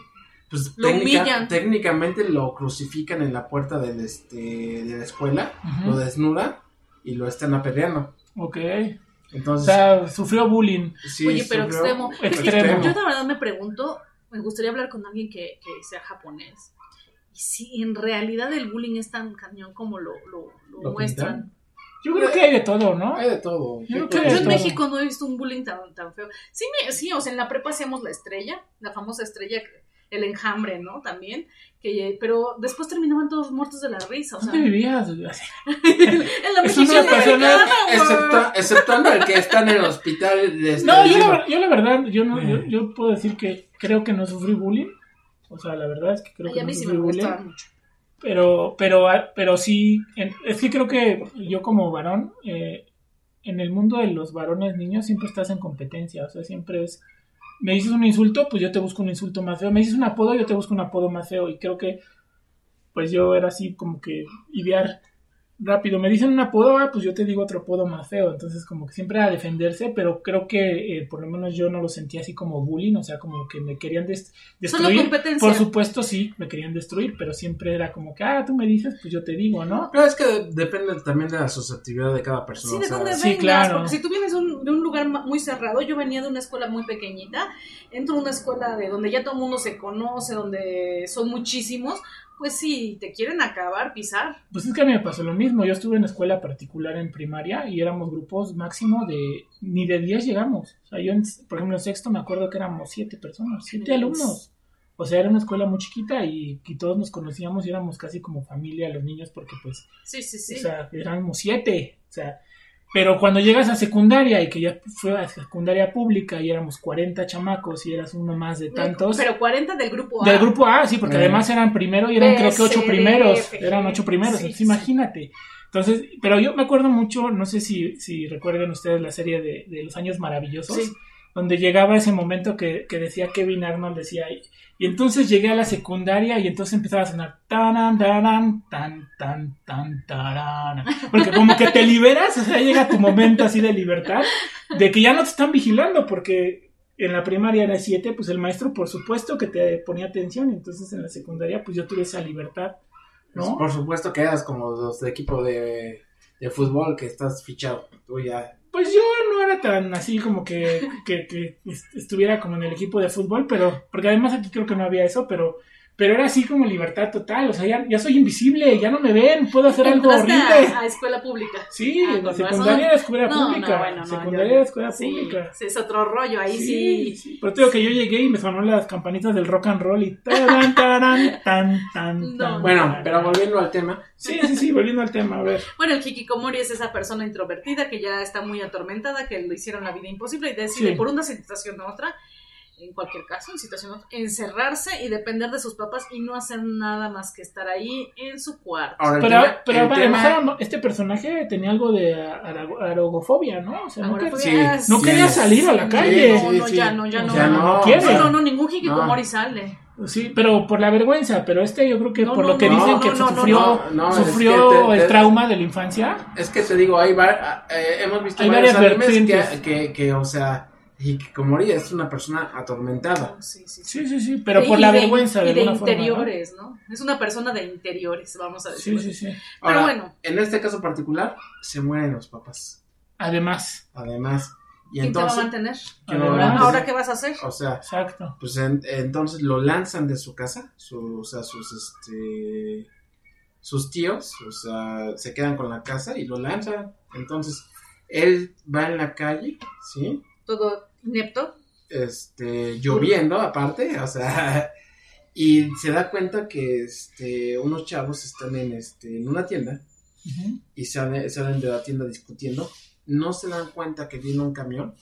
S3: pues
S1: Lo
S3: técnica-
S1: humillan.
S3: técnicamente lo crucifican en la puerta del, este, de la escuela,
S2: Ujú.
S3: lo desnudan y lo están apedreando.
S2: Ok. O
S3: Entonces,
S2: sea, sufrió bullying.
S3: sí,
S1: Oye, pero
S3: sufrió-
S1: extremo.
S2: Extremo.
S1: Yo de verdad me pregunto, me gustaría hablar con alguien que, que sea japonés. Y si en realidad el bullying es tan cañón como lo, lo- lo
S3: Lo
S1: muestran.
S2: Yo creo que hay de todo, ¿no?
S3: Hay de todo.
S2: Yo creo que
S1: Yo
S2: hay de
S1: en
S2: todo.
S1: México no he visto un bullying tan, tan feo. Sí, me- sí, o sea, en la prepa hacíamos la estrella, la famosa estrella, el enjambre, ¿no? También. Que, pero después terminaban todos muertos de la risa, o sea.
S2: ¿Dónde vivías?
S1: en la
S2: Es una
S1: mexicana
S2: persona-
S1: americana, güey.
S3: Excepto- exceptuando el que está en el hospital. de este,
S2: No, yo
S3: digo,
S2: la, yo la verdad, yo, no, yo,
S3: Eh.
S2: yo puedo decir que creo que no sufrí bullying. O sea, la verdad es que creo
S1: Ay,
S2: que
S1: a
S2: no
S1: mí sí
S2: sufrí
S1: me
S2: bullying.
S1: gustaba mucho.
S2: Pero, pero, ah, pero sí, en- es que creo que yo como varón, eh, en el mundo de los varones niños siempre estás en competencia, o sea, siempre es, me dices un insulto, pues yo te busco un insulto más feo, me dices un apodo, yo te busco un apodo más feo, y creo que, pues yo era así como que idear rápido, me dicen un apodo, ah, pues yo te digo otro apodo más feo, entonces como que siempre a defenderse, pero creo que eh, por lo menos yo no lo sentía así como bullying, o sea, como que me querían des-
S1: Solo
S2: destruir.
S1: competencia.
S2: Por supuesto, sí, me querían destruir, pero siempre era como que, ah, tú me dices, pues yo te digo, ¿no?
S3: Pero es que depende también de la susceptibilidad de cada persona.
S1: Sí, de
S3: o sea,
S1: dónde
S2: sí,
S1: vengas,
S2: claro.
S1: porque si tú vienes un- de un lugar ma- muy cerrado, yo venía de una escuela muy pequeñita, entro a una escuela de donde ya todo el mundo se conoce, donde son muchísimos, pues sí, te quieren acabar, pisar.
S2: Pues es que a mí me pasó lo mismo. Yo estuve en escuela particular en primaria y éramos grupos máximo de. ni de 10 llegamos. O sea, yo, en- por ejemplo, en sexto me acuerdo que éramos 7 personas, 7
S1: Yes.
S2: alumnos. O sea, era una escuela muy chiquita y, y todos nos conocíamos y éramos casi como familia los niños porque, pues,
S1: Sí, sí, sí.
S2: o sea, éramos siete, o sea, pero cuando llegas a secundaria y que ya fue a secundaria pública y éramos 40 chamacos y eras uno más de tantos.
S1: Pero 40 del grupo A.
S2: Del grupo A, sí, porque
S3: Eh.
S2: además eran primero y eran
S1: B,
S2: creo que
S1: C,
S2: ocho
S1: D,
S2: primeros.
S1: F.
S2: Eran ocho primeros,
S1: Sí,
S2: entonces
S1: sí.
S2: imagínate. Entonces, pero yo me acuerdo mucho, no sé si, si recuerden ustedes la serie de, de los años maravillosos,
S1: Sí.
S2: donde llegaba ese momento que, que decía Kevin Arnold, decía, y, y entonces llegué a la secundaria y entonces empezaba a sonar tan, tan, tan, tan, tan, tarán. Porque como que te liberas, o sea, llega tu momento así de libertad, de que ya no te están vigilando, porque en la primaria era 7, pues el maestro por supuesto que te ponía atención, entonces en la secundaria pues yo tuve esa libertad ¿no?
S3: Por supuesto que eras como los de equipo de, de fútbol que estás fichado. Tú ya.
S2: Pues yo no era tan así como que, que- que est- estuviera como en el equipo de fútbol, pero porque además aquí creo que no había eso, pero pero era así como libertad total, o sea, ya, ya soy invisible, ya no me ven, puedo hacer algo
S1: Entraste
S2: horrible.
S1: a, a escuela pública.
S2: Sí,
S1: Ah,
S2: en la
S1: con
S2: secundaria
S1: razón.
S2: era escuela
S1: No, no,
S2: pública.
S1: bueno, no,
S2: secundaria
S1: yo-
S2: era escuela
S1: Sí,
S2: pública.
S1: sí, es otro rollo, ahí sí.
S2: Pero te digo que yo llegué y me sonó las campanitas del rock and roll y tarán, tarán, tan, tan,
S1: No.
S2: tan.
S3: Bueno, pero volviendo al tema.
S2: Sí, sí, sí, volviendo al tema, a ver.
S1: Bueno, el Hikikomori es esa persona introvertida que ya está muy atormentada, que le hicieron la vida imposible y decide
S2: Sí.
S1: por una situación u otra, en cualquier caso, en situación u otra, encerrarse y depender de sus papás y no hacer nada más que estar ahí en su cuarto.
S3: Ahora, el
S2: Pero,
S3: tema-
S2: pero
S3: el
S2: además,
S3: tema-
S2: ahora no- este personaje tenía algo de arago- aragofobia, ¿no? O sea, no,
S1: Ahora
S2: quer-
S1: fue-
S3: sí,
S1: ah,
S2: no
S1: sí,
S2: quería
S1: sí,
S2: salir a la
S1: sí,
S2: calle.
S1: No, no,
S3: Sí, sí.
S1: ya no, ya no.
S3: Ya no,
S2: no quiere.
S1: No, no, no, ningún Hikikomori
S3: No.
S1: sale.
S2: Sí, pero por la vergüenza. Pero este yo creo que
S1: No,
S2: por
S1: no,
S2: lo que
S1: no,
S2: dicen
S3: no,
S2: que
S1: no, no,
S2: sufrió,
S3: no, no, es
S2: sufrió
S3: que te- te-
S2: el trauma de la infancia.
S3: Es que te digo, hay var- eh, hemos visto
S2: Hay
S3: varios
S2: varias
S3: animes que,
S2: vertientes.
S3: que, que, o sea, Hikikomori es una persona atormentada.
S1: Sí, sí, sí.
S2: Sí, sí, sí, pero
S1: Y-
S2: por
S1: y
S2: la
S1: de-
S2: vergüenza de
S1: y de
S2: alguna forma. ¿no?
S1: interiores, ¿no? Es una persona de interiores, vamos a
S2: Sí,
S1: decir.
S2: sí, sí.
S1: Pero
S3: Ahora,
S1: bueno.
S3: en este caso particular, se mueren los papás.
S2: Además,
S3: Además, y
S1: ¿Quién te va a
S3: entonces,
S1: mantener?
S3: ¿qué va a
S2: Además.
S3: mantener?
S1: ¿Ahora qué vas a hacer?
S3: o sea,
S2: exacto.
S3: pues en- entonces lo lanzan de su casa, su- o sea, sus, este, sus tíos, o sea, se quedan con la casa y lo lanzan. Entonces, él va en la calle, ¿sí?
S1: Todo inepto.
S3: este, lloviendo aparte, o sea, y se da cuenta que este, unos chavos están en, este, en una tienda
S2: Ujú.
S3: y salen, salen de la tienda discutiendo, no se dan cuenta que viene un camión,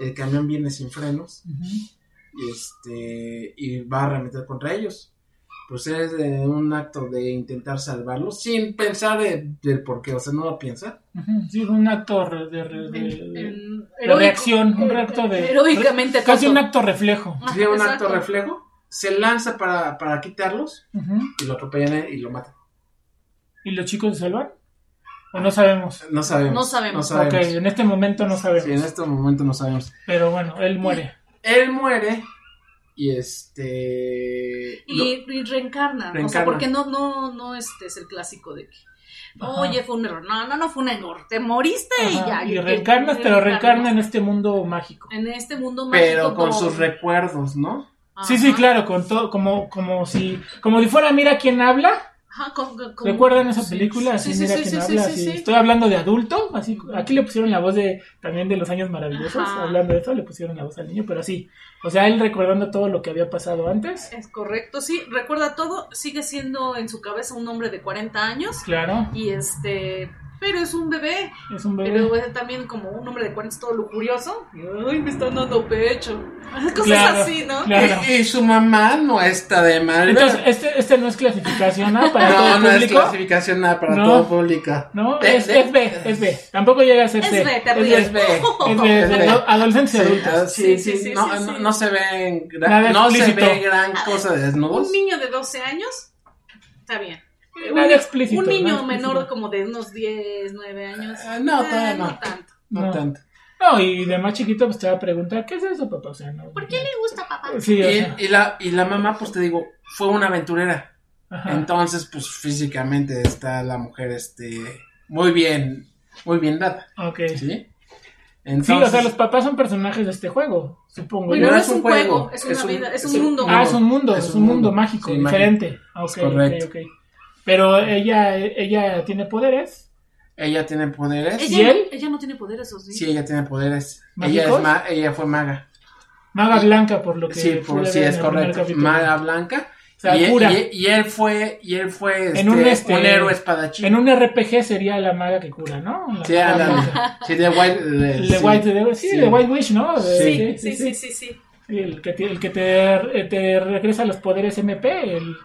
S3: el camión viene sin frenos
S2: Ujú.
S3: y, este, y va a arremeter contra ellos. Pues es eh, un acto de intentar salvarlos sin pensar de- del por qué, o sea, no lo piensa.
S2: Ujú. Sí, un acto re- de, re- de-
S1: En- Este, en-
S2: de
S1: heroico.
S2: reacción, un acto de...
S1: Heroicamente
S2: Casi
S1: tonto.
S2: un acto reflejo.
S1: Ajá,
S3: Tiene un
S1: exacto.
S3: acto reflejo, se lanza para, para quitarlos
S2: Ujú.
S3: y lo atropellan y lo matan.
S2: ¿Y los chicos se salvan? ¿O no sabemos?
S3: No sabemos.
S1: No sabemos.
S2: Ok, en este momento no sabemos.
S3: Sí, en este momento no sabemos.
S2: Pero bueno, él muere.
S3: Él muere y este.
S1: Y, y reencarna, o sea,
S3: Reencarna.
S1: porque no, no, no, este es el clásico de que,
S2: Ajá.
S1: oye, fue un error, no, no, no fue un error, te moriste y ya.
S2: Ajá, y reencarnas, pero reencarna en
S1: reencarnas
S2: este mundo mágico.
S1: en este mundo
S3: lo-
S1: mágico.
S3: pero con
S1: donde-
S3: sus recuerdos, ¿no?
S1: Ajá.
S2: Sí, sí, claro, con todo, como, como si, como si fuera mira quién habla.
S1: Ajá, con- con- con-
S2: ¿Recuerdan esa
S1: sí.
S2: película? Así,
S1: Sí, sí,
S2: mira
S1: sí,
S2: quién
S1: sí,
S2: habla.
S1: sí,
S2: así.
S1: sí, sí.
S2: Estoy hablando de adulto, así,
S1: Ujú.
S2: aquí le pusieron la voz de, también de los años maravillosos,
S1: Ajá.
S2: hablando de eso, le pusieron la voz al niño, pero sí. O sea, él recordando todo lo que había pasado antes.
S1: Es correcto, sí, recuerda todo, sigue siendo en su cabeza un hombre de 40 años
S2: Claro,
S1: y este, pero es un bebé,
S2: es un bebé.
S1: Pero es también como un hombre de 40 es todo lujurioso. Ay, me están dando pecho. Cosas
S2: Claro,
S1: así, ¿no?
S2: Claro.
S3: Y, y su mamá no está de mal.
S2: Entonces, este, este no es clasificación ¿no? para todo
S3: no, no es
S2: público.
S3: clasificación nada para
S2: No.
S3: todo público.
S2: No,
S3: De-
S2: es,
S3: de-
S2: es B, es B. Tampoco llega a ser
S1: Es
S2: C.
S1: B,
S2: Es
S1: terrible.
S2: B,
S3: Es B.
S2: es B,
S3: Es
S2: de
S3: B.
S2: ado- adolescencia y
S3: Sí,
S2: adultos.
S3: ah, sí,
S1: Sí,
S3: sí,
S1: sí, sí,
S3: no,
S1: sí,
S3: no-
S1: sí.
S3: no se ven
S2: Nada
S3: gran, no se
S2: explícito.
S3: ve gran cosa de desnudos.
S1: Un niño de 12 años, está bien.
S2: Nada
S1: Un-
S2: explícito,
S1: Un niño
S2: nada
S1: menor
S2: explícito.
S1: como de unos 10, 9 años.
S3: Ah, no,
S1: Ah,
S3: todavía no.
S1: tanto.
S3: No,
S2: No.
S3: tanto.
S2: No, y de más chiquito pues te va a preguntar, ¿qué es eso, papá? O sea, no.
S1: ¿Por qué le gusta papá?
S2: Sí, o sea,
S3: Y, y la, y la mamá, pues te digo, fue una aventurera.
S2: ajá.
S3: Entonces, pues físicamente está la mujer este, muy bien, muy bien dada.
S2: Ok. Sí,
S3: ¿Sí?
S2: o sea, los papás son personajes de este juego, supongo.
S1: Bueno,
S2: yo.
S1: no es un juego, es una vida, es un mundo.
S2: Ah, es un mundo, es un mundo mágico,
S3: sí,
S2: diferente. Ah, ok,
S3: Es correcto.
S2: ok, ok. Pero ella, ella tiene poderes.
S3: Ella tiene poderes.
S2: ¿Es-
S1: Ella,
S2: ¿Y él?
S1: ella no tiene poderes, ¿o sí?
S3: Sí, ella tiene poderes.
S2: ¿Mágicos?
S3: Ella es ma- ella fue maga.
S2: Maga blanca, por lo que.
S3: sí, por-
S2: pude
S3: sí,
S2: ver
S3: es
S2: en el primer
S3: correcto.
S2: capítulo.
S3: Maga blanca.
S2: O sea,
S3: y, e,
S2: cura.
S3: y- y él fue, y él fue
S2: En un, este,
S3: héroe espadachín.
S2: En un RPG sería la maga que cura, ¿no? La
S3: Sí,
S2: maga
S3: ándale.
S2: blanca.
S3: Sí, de White. de-
S2: El de
S3: sí.
S2: White, de- sí,
S3: Sí.
S2: de White Wish, ¿no? De-
S1: Sí,
S3: Sí,
S1: sí, sí, sí, sí.
S2: Sí, el que, te, el que te, eh, te regresa los poderes MP, el,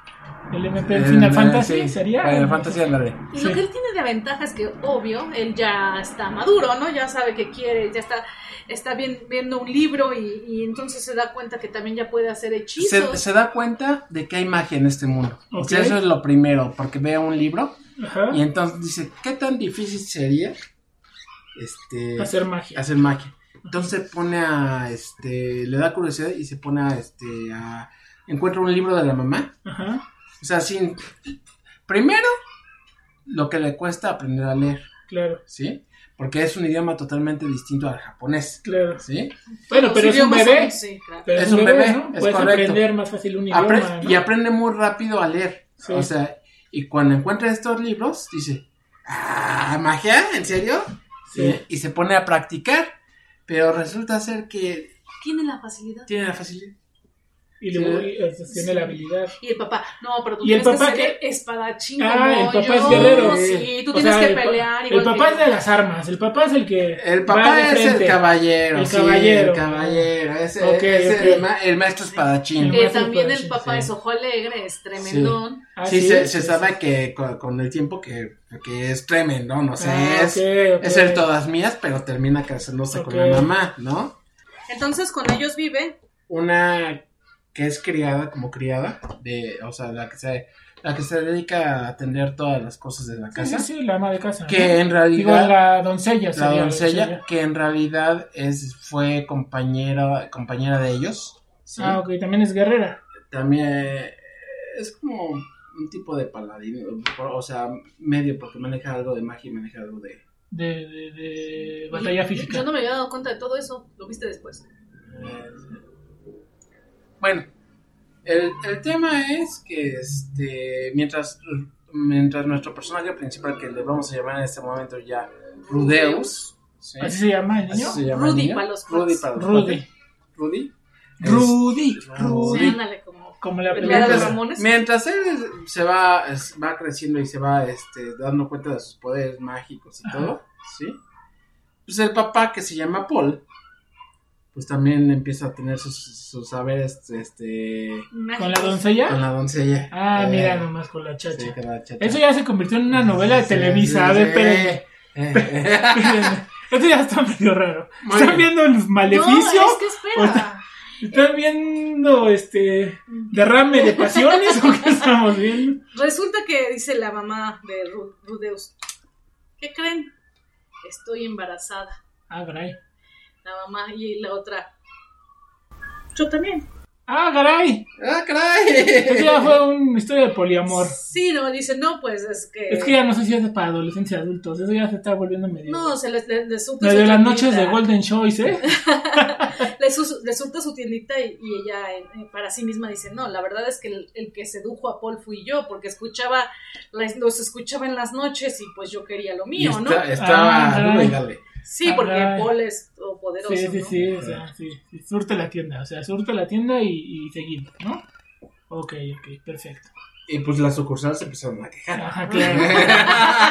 S2: el MP en
S3: El-
S2: Final
S3: eh,
S2: Fantasy
S3: sí,
S2: sería.
S3: Final Fantasy, ándale.
S1: Y
S2: Sí.
S1: lo que él tiene de ventaja es que, obvio, él ya está maduro, ¿no? Ya sabe qué quiere, ya está, está bien, viendo un libro y, y entonces se da cuenta que también ya puede hacer hechizos.
S3: se, se da cuenta de que hay magia en este mundo. O sea,
S2: Ok. Ah.
S3: eso es lo primero, porque ve un libro
S2: Ajá.
S3: y entonces dice, ¿qué tan difícil sería este,
S2: Hacer magia.
S3: hacer magia? Entonces se pone a, este, le da curiosidad y se pone a, este, a, encuentra un libro de la mamá,
S2: Ajá.
S3: o sea, sin, Primero, lo que le cuesta aprender a leer,
S2: Claro,
S3: ¿sí? Porque es un idioma totalmente distinto al japonés,
S2: claro.
S3: ¿sí?
S2: Bueno,
S1: Los
S2: pero es un
S1: idiomas
S2: bebé.
S1: son- sí, claro.
S2: Pero
S3: Es un bebé,
S2: ¿no?
S3: es
S2: Puedes
S3: correcto.
S2: aprender más fácil un idioma.
S3: Apre-
S2: ¿no?
S3: Y aprende muy rápido a leer.
S2: Sí.
S3: O sea, y cuando encuentra estos libros, dice, ah, magia, ¿en serio?
S2: Sí.
S3: Y, y se pone a practicar, pero resulta ser que
S1: Tiene la facilidad.
S3: tiene la facilidad.
S2: Y luego
S3: Sí.
S2: y, o sea, tiene
S1: Sí.
S2: la habilidad.
S1: Y el papá, no, pero tú
S2: ¿Y el
S1: tienes
S2: papá
S1: que ser espadachín
S2: Ah,
S1: como
S2: el papá
S1: yo.
S2: es guerrero.
S1: Sí, tú
S2: O
S1: tienes
S2: sea,
S1: que
S2: el pa-
S1: pelear.
S2: El papá es de las armas, el papá es el que.
S3: El
S2: va de
S3: papá es el
S2: frente.
S3: caballero.
S2: El
S3: sí,
S2: caballero.
S3: el caballero. Ese-
S2: Ok,
S3: ese
S2: ok.
S3: es el, ma- el maestro espadachín.
S2: El-
S1: Eh,
S2: más
S1: también
S2: espadachín,
S1: el papá
S2: sí.
S1: es ojo alegre, es tremendón.
S2: Ah,
S3: sí, se, se
S2: sí,
S3: sabe
S2: sí.
S3: que con, con el tiempo que, que es tremendo, ¿no? O sea,
S2: Ah,
S3: es,
S2: ok, ok.
S3: es el todas mías, pero termina casándose con
S2: Ok.
S3: la mamá, ¿no?
S1: Entonces con ellos vive.
S3: una que es criada como criada de o sea la que se la que se dedica a atender todas las cosas de la
S2: Sí,
S3: casa
S2: sí, sí, la ama de casa. ¿no?
S3: que en
S2: Digo,
S3: realidad la,
S2: la doncella. sería
S3: doncella que en realidad es fue compañera compañera de ellos ¿sí?
S2: Ah, ok, también es guerrera.
S3: también eh, es como un tipo de paladín o o sea medio porque maneja algo de magia y maneja algo de
S2: De, de, de batalla
S1: Y-
S2: física.
S1: Yo no me había dado cuenta de todo eso, lo viste después.
S3: Bueno, el, el tema es que este mientras, mientras nuestro personaje principal, que le vamos a llamar en este momento ya Rudeus, ¿sí?
S2: Así se llama el
S3: Así
S2: niño.
S3: se llama el
S1: Rudy
S3: niño.
S1: para los cuates.
S3: Rudy para los
S2: Rudy.
S3: cuates. Rudy.
S2: Rudy.
S3: Es-
S1: Sí,
S2: Rudy.
S1: ándale, como
S2: Como la
S1: Pero
S2: película.
S1: de Ramón. Ramones.
S3: Mientras, mientras él es- se va, es- va creciendo y se va este, dando cuenta de sus poderes mágicos y
S2: Ajá.
S3: todo, ¿sí? Pues el papá que se llama Paul, pues también empieza a tener sus, sus saberes este,
S2: Con la doncella.
S3: con la doncella.
S2: Ah,
S3: Eh,
S2: mira nomás con la chacha.
S3: sí, con la chacha.
S2: Eso ya se convirtió en una novela de
S3: Sí,
S2: Televisa.
S3: sí,
S2: a ver,
S3: sí.
S2: espérenme.
S3: Eh,
S2: espérenme. Esto ya está medio raro.
S3: Muy
S2: ¿Están
S3: bien.
S2: viendo el maleficio?
S1: No, es que espera.
S2: O sea, ¿Están viendo este
S1: Mm.
S2: derrame de pasiones o qué estamos viendo?
S1: Resulta que dice la mamá de Ru- Rudeus, ¿qué creen? Estoy embarazada.
S2: Ah, caray.
S1: La mamá y la otra. Yo también.
S2: Ah, caray.
S3: ¡Ah,
S2: Esto
S3: caray!
S2: ya fue una historia de poliamor.
S1: Sí, no, dice, no, pues es que...
S2: Es que ya no sé si es para adolescentes y adultos. Eso ya se está volviendo medio.
S1: No, se les, les, les surte
S2: medio
S1: su
S2: las
S1: tiendita.
S2: noches de Golden Choice, ¿eh?
S1: Les, su- les surte su tiendita y, y ella eh, eh, para sí misma dice, no, la verdad es que el, el que sedujo a Paul fui yo, porque escuchaba, las- los escuchaba en las noches y pues yo quería lo
S3: Y
S1: mío, ¿no?
S3: está- estaba
S2: Ah, caray.
S3: duro y dale.
S1: Sí, porque
S2: Caray.
S1: Paul es todo poderoso,
S2: Sí, sí,
S1: ¿no?
S2: sí, o sea, sí, sí, Surte la tienda, o sea, surte la tienda y, y seguir, ¿no? Ok, ok, perfecto.
S3: Y pues las sucursales se empezaron a quejar.
S2: Ajá, claro.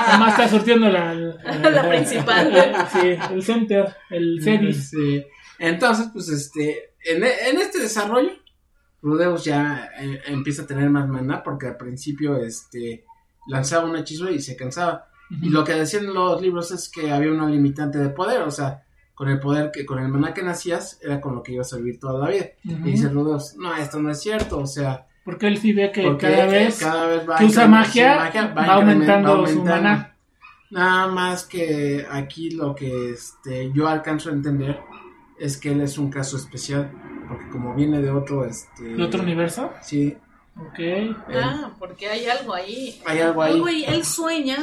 S2: Además está surtiendo la... La,
S1: La principal.
S2: Sí, el center, el CEDIS.
S3: Sí. Entonces, pues este, en, e- en este desarrollo, Rudeus ya eh, empieza a tener más maná porque al principio este, lanzaba un hechizo y se cansaba. Y lo que decían los libros es que había una limitante de poder, o sea, con el poder que, con el maná que nacías, era con lo que ibas a vivir toda la vida.
S2: Ujú.
S3: Y dice Rudeus, no, esto no es cierto, o sea,
S2: Porque él sí ve que
S3: porque eh,
S2: cada vez...
S3: cada vez va
S2: que usa
S3: incremen-
S2: magia,
S3: sí,
S2: va
S3: incremen-
S2: aumentando su maná.
S3: Nada más que aquí lo que este, yo alcanzo a entender es que él es un caso especial, porque como viene de otro... Este,
S2: ¿De otro universo?
S3: Sí,
S2: Ok.
S3: eh,
S1: Ah, porque hay algo ahí.
S3: hay algo ahí.
S1: Algo ahí, él sueña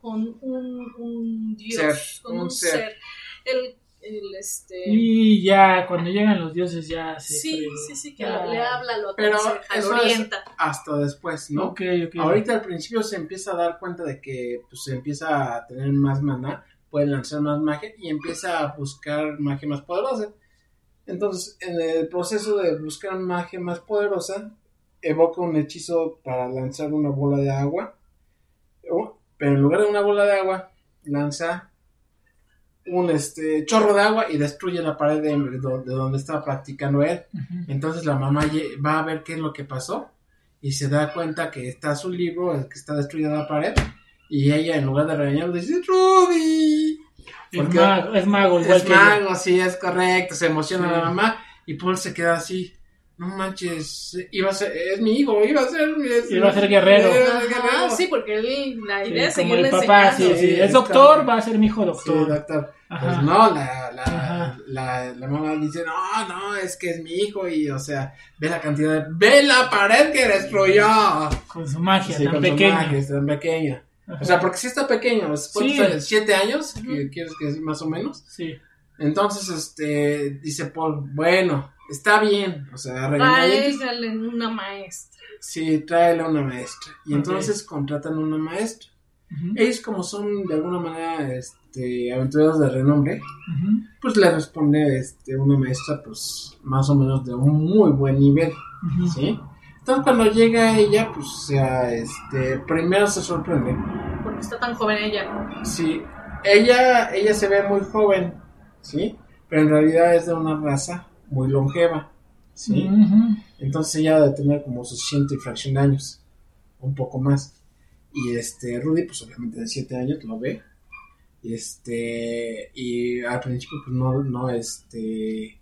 S1: con un, un dios,
S3: Ser,
S1: con
S3: un
S1: un,
S3: ser.
S1: ser. El, el, este...
S2: Y ya, cuando llegan los dioses ya se...
S1: Sí,
S2: fregó.
S1: sí, sí, que
S2: Ah,
S1: le habla, lo
S3: Pero
S1: aconseja, lo
S3: eso es-
S1: orienta.
S3: Hasta después, ¿no?
S2: Ok, ok.
S3: Ahorita al principio se empieza a dar cuenta de que pues, se empieza a tener más maná, puede lanzar más magia y empieza a buscar magia más poderosa. Entonces, en el proceso de buscar magia más poderosa, evoca un hechizo para lanzar una bola de agua. o- Pero en lugar de una bola de agua, lanza un este, chorro de agua y destruye la pared de, de donde estaba practicando él.
S2: Ujú.
S3: Entonces la mamá lle- va a ver qué es lo que pasó y se da cuenta que está su libro, el que está destruida la pared, y ella en lugar de regañarlo dice, Rudy,
S2: Es
S3: porque-
S2: mago, es mago, igual
S3: es
S2: que yo.
S3: mago, sí, es correcto, se emociona
S2: Sí.
S3: la mamá y Paul se queda así. No manches, iba a ser, es mi hijo, iba a ser, es-
S2: Iba a ser guerrero.
S3: iba a ser
S1: Ajá,
S3: guerrero.
S1: sí, porque él, la idea
S2: Sí,
S1: es
S2: como
S1: seguirle
S2: el papá, sí,
S1: enseñando.
S2: sí.
S3: Sí,
S2: Es doctor,
S3: está-
S2: va a ser mi hijo
S3: Sí,
S2: doctor.
S3: doctor. Pues
S2: Ajá.
S3: no, la, la,
S2: Ajá.
S3: la, la mamá dice, no, no, es que es mi hijo y, o sea, ve la cantidad de... ¡Ve la pared que destruyó!
S2: Con su magia
S3: Sí,
S2: tan
S3: con su
S2: pequeña.
S3: magia, es tan pequeña.
S2: Ajá.
S3: O sea, porque sí está pequeño, ¿cuántos
S2: Sí.
S3: años? ¿Siete años? que ¿Quieres que es más o menos?
S2: Sí.
S3: Entonces, este, dice Paul, bueno, está bien, o sea,
S2: Ah,
S3: regañadientes.
S1: Tráigale una maestra.
S3: Sí, tráele una maestra. Y
S2: Ok.
S3: entonces contratan una maestra.
S2: Ujú,
S3: Ellos como son de alguna manera este, aventureros de renombre,
S2: ujú,
S3: pues le responde este, una maestra pues más o menos de un muy buen nivel,
S2: ujú.
S3: ¿sí? Entonces cuando llega ella, pues o sea, este, primero se sorprende.
S1: Porque está tan joven ella.
S3: Sí, ella, ella se ve muy joven, ¿sí? Pero en realidad es de una raza muy longeva, ¿sí?
S2: Ujú.
S3: Entonces ella debe tener como sus ciento y fracción de años, un poco más. Y este Rudy, pues obviamente de siete años lo ve. Y este, y al principio, pues no, no, este,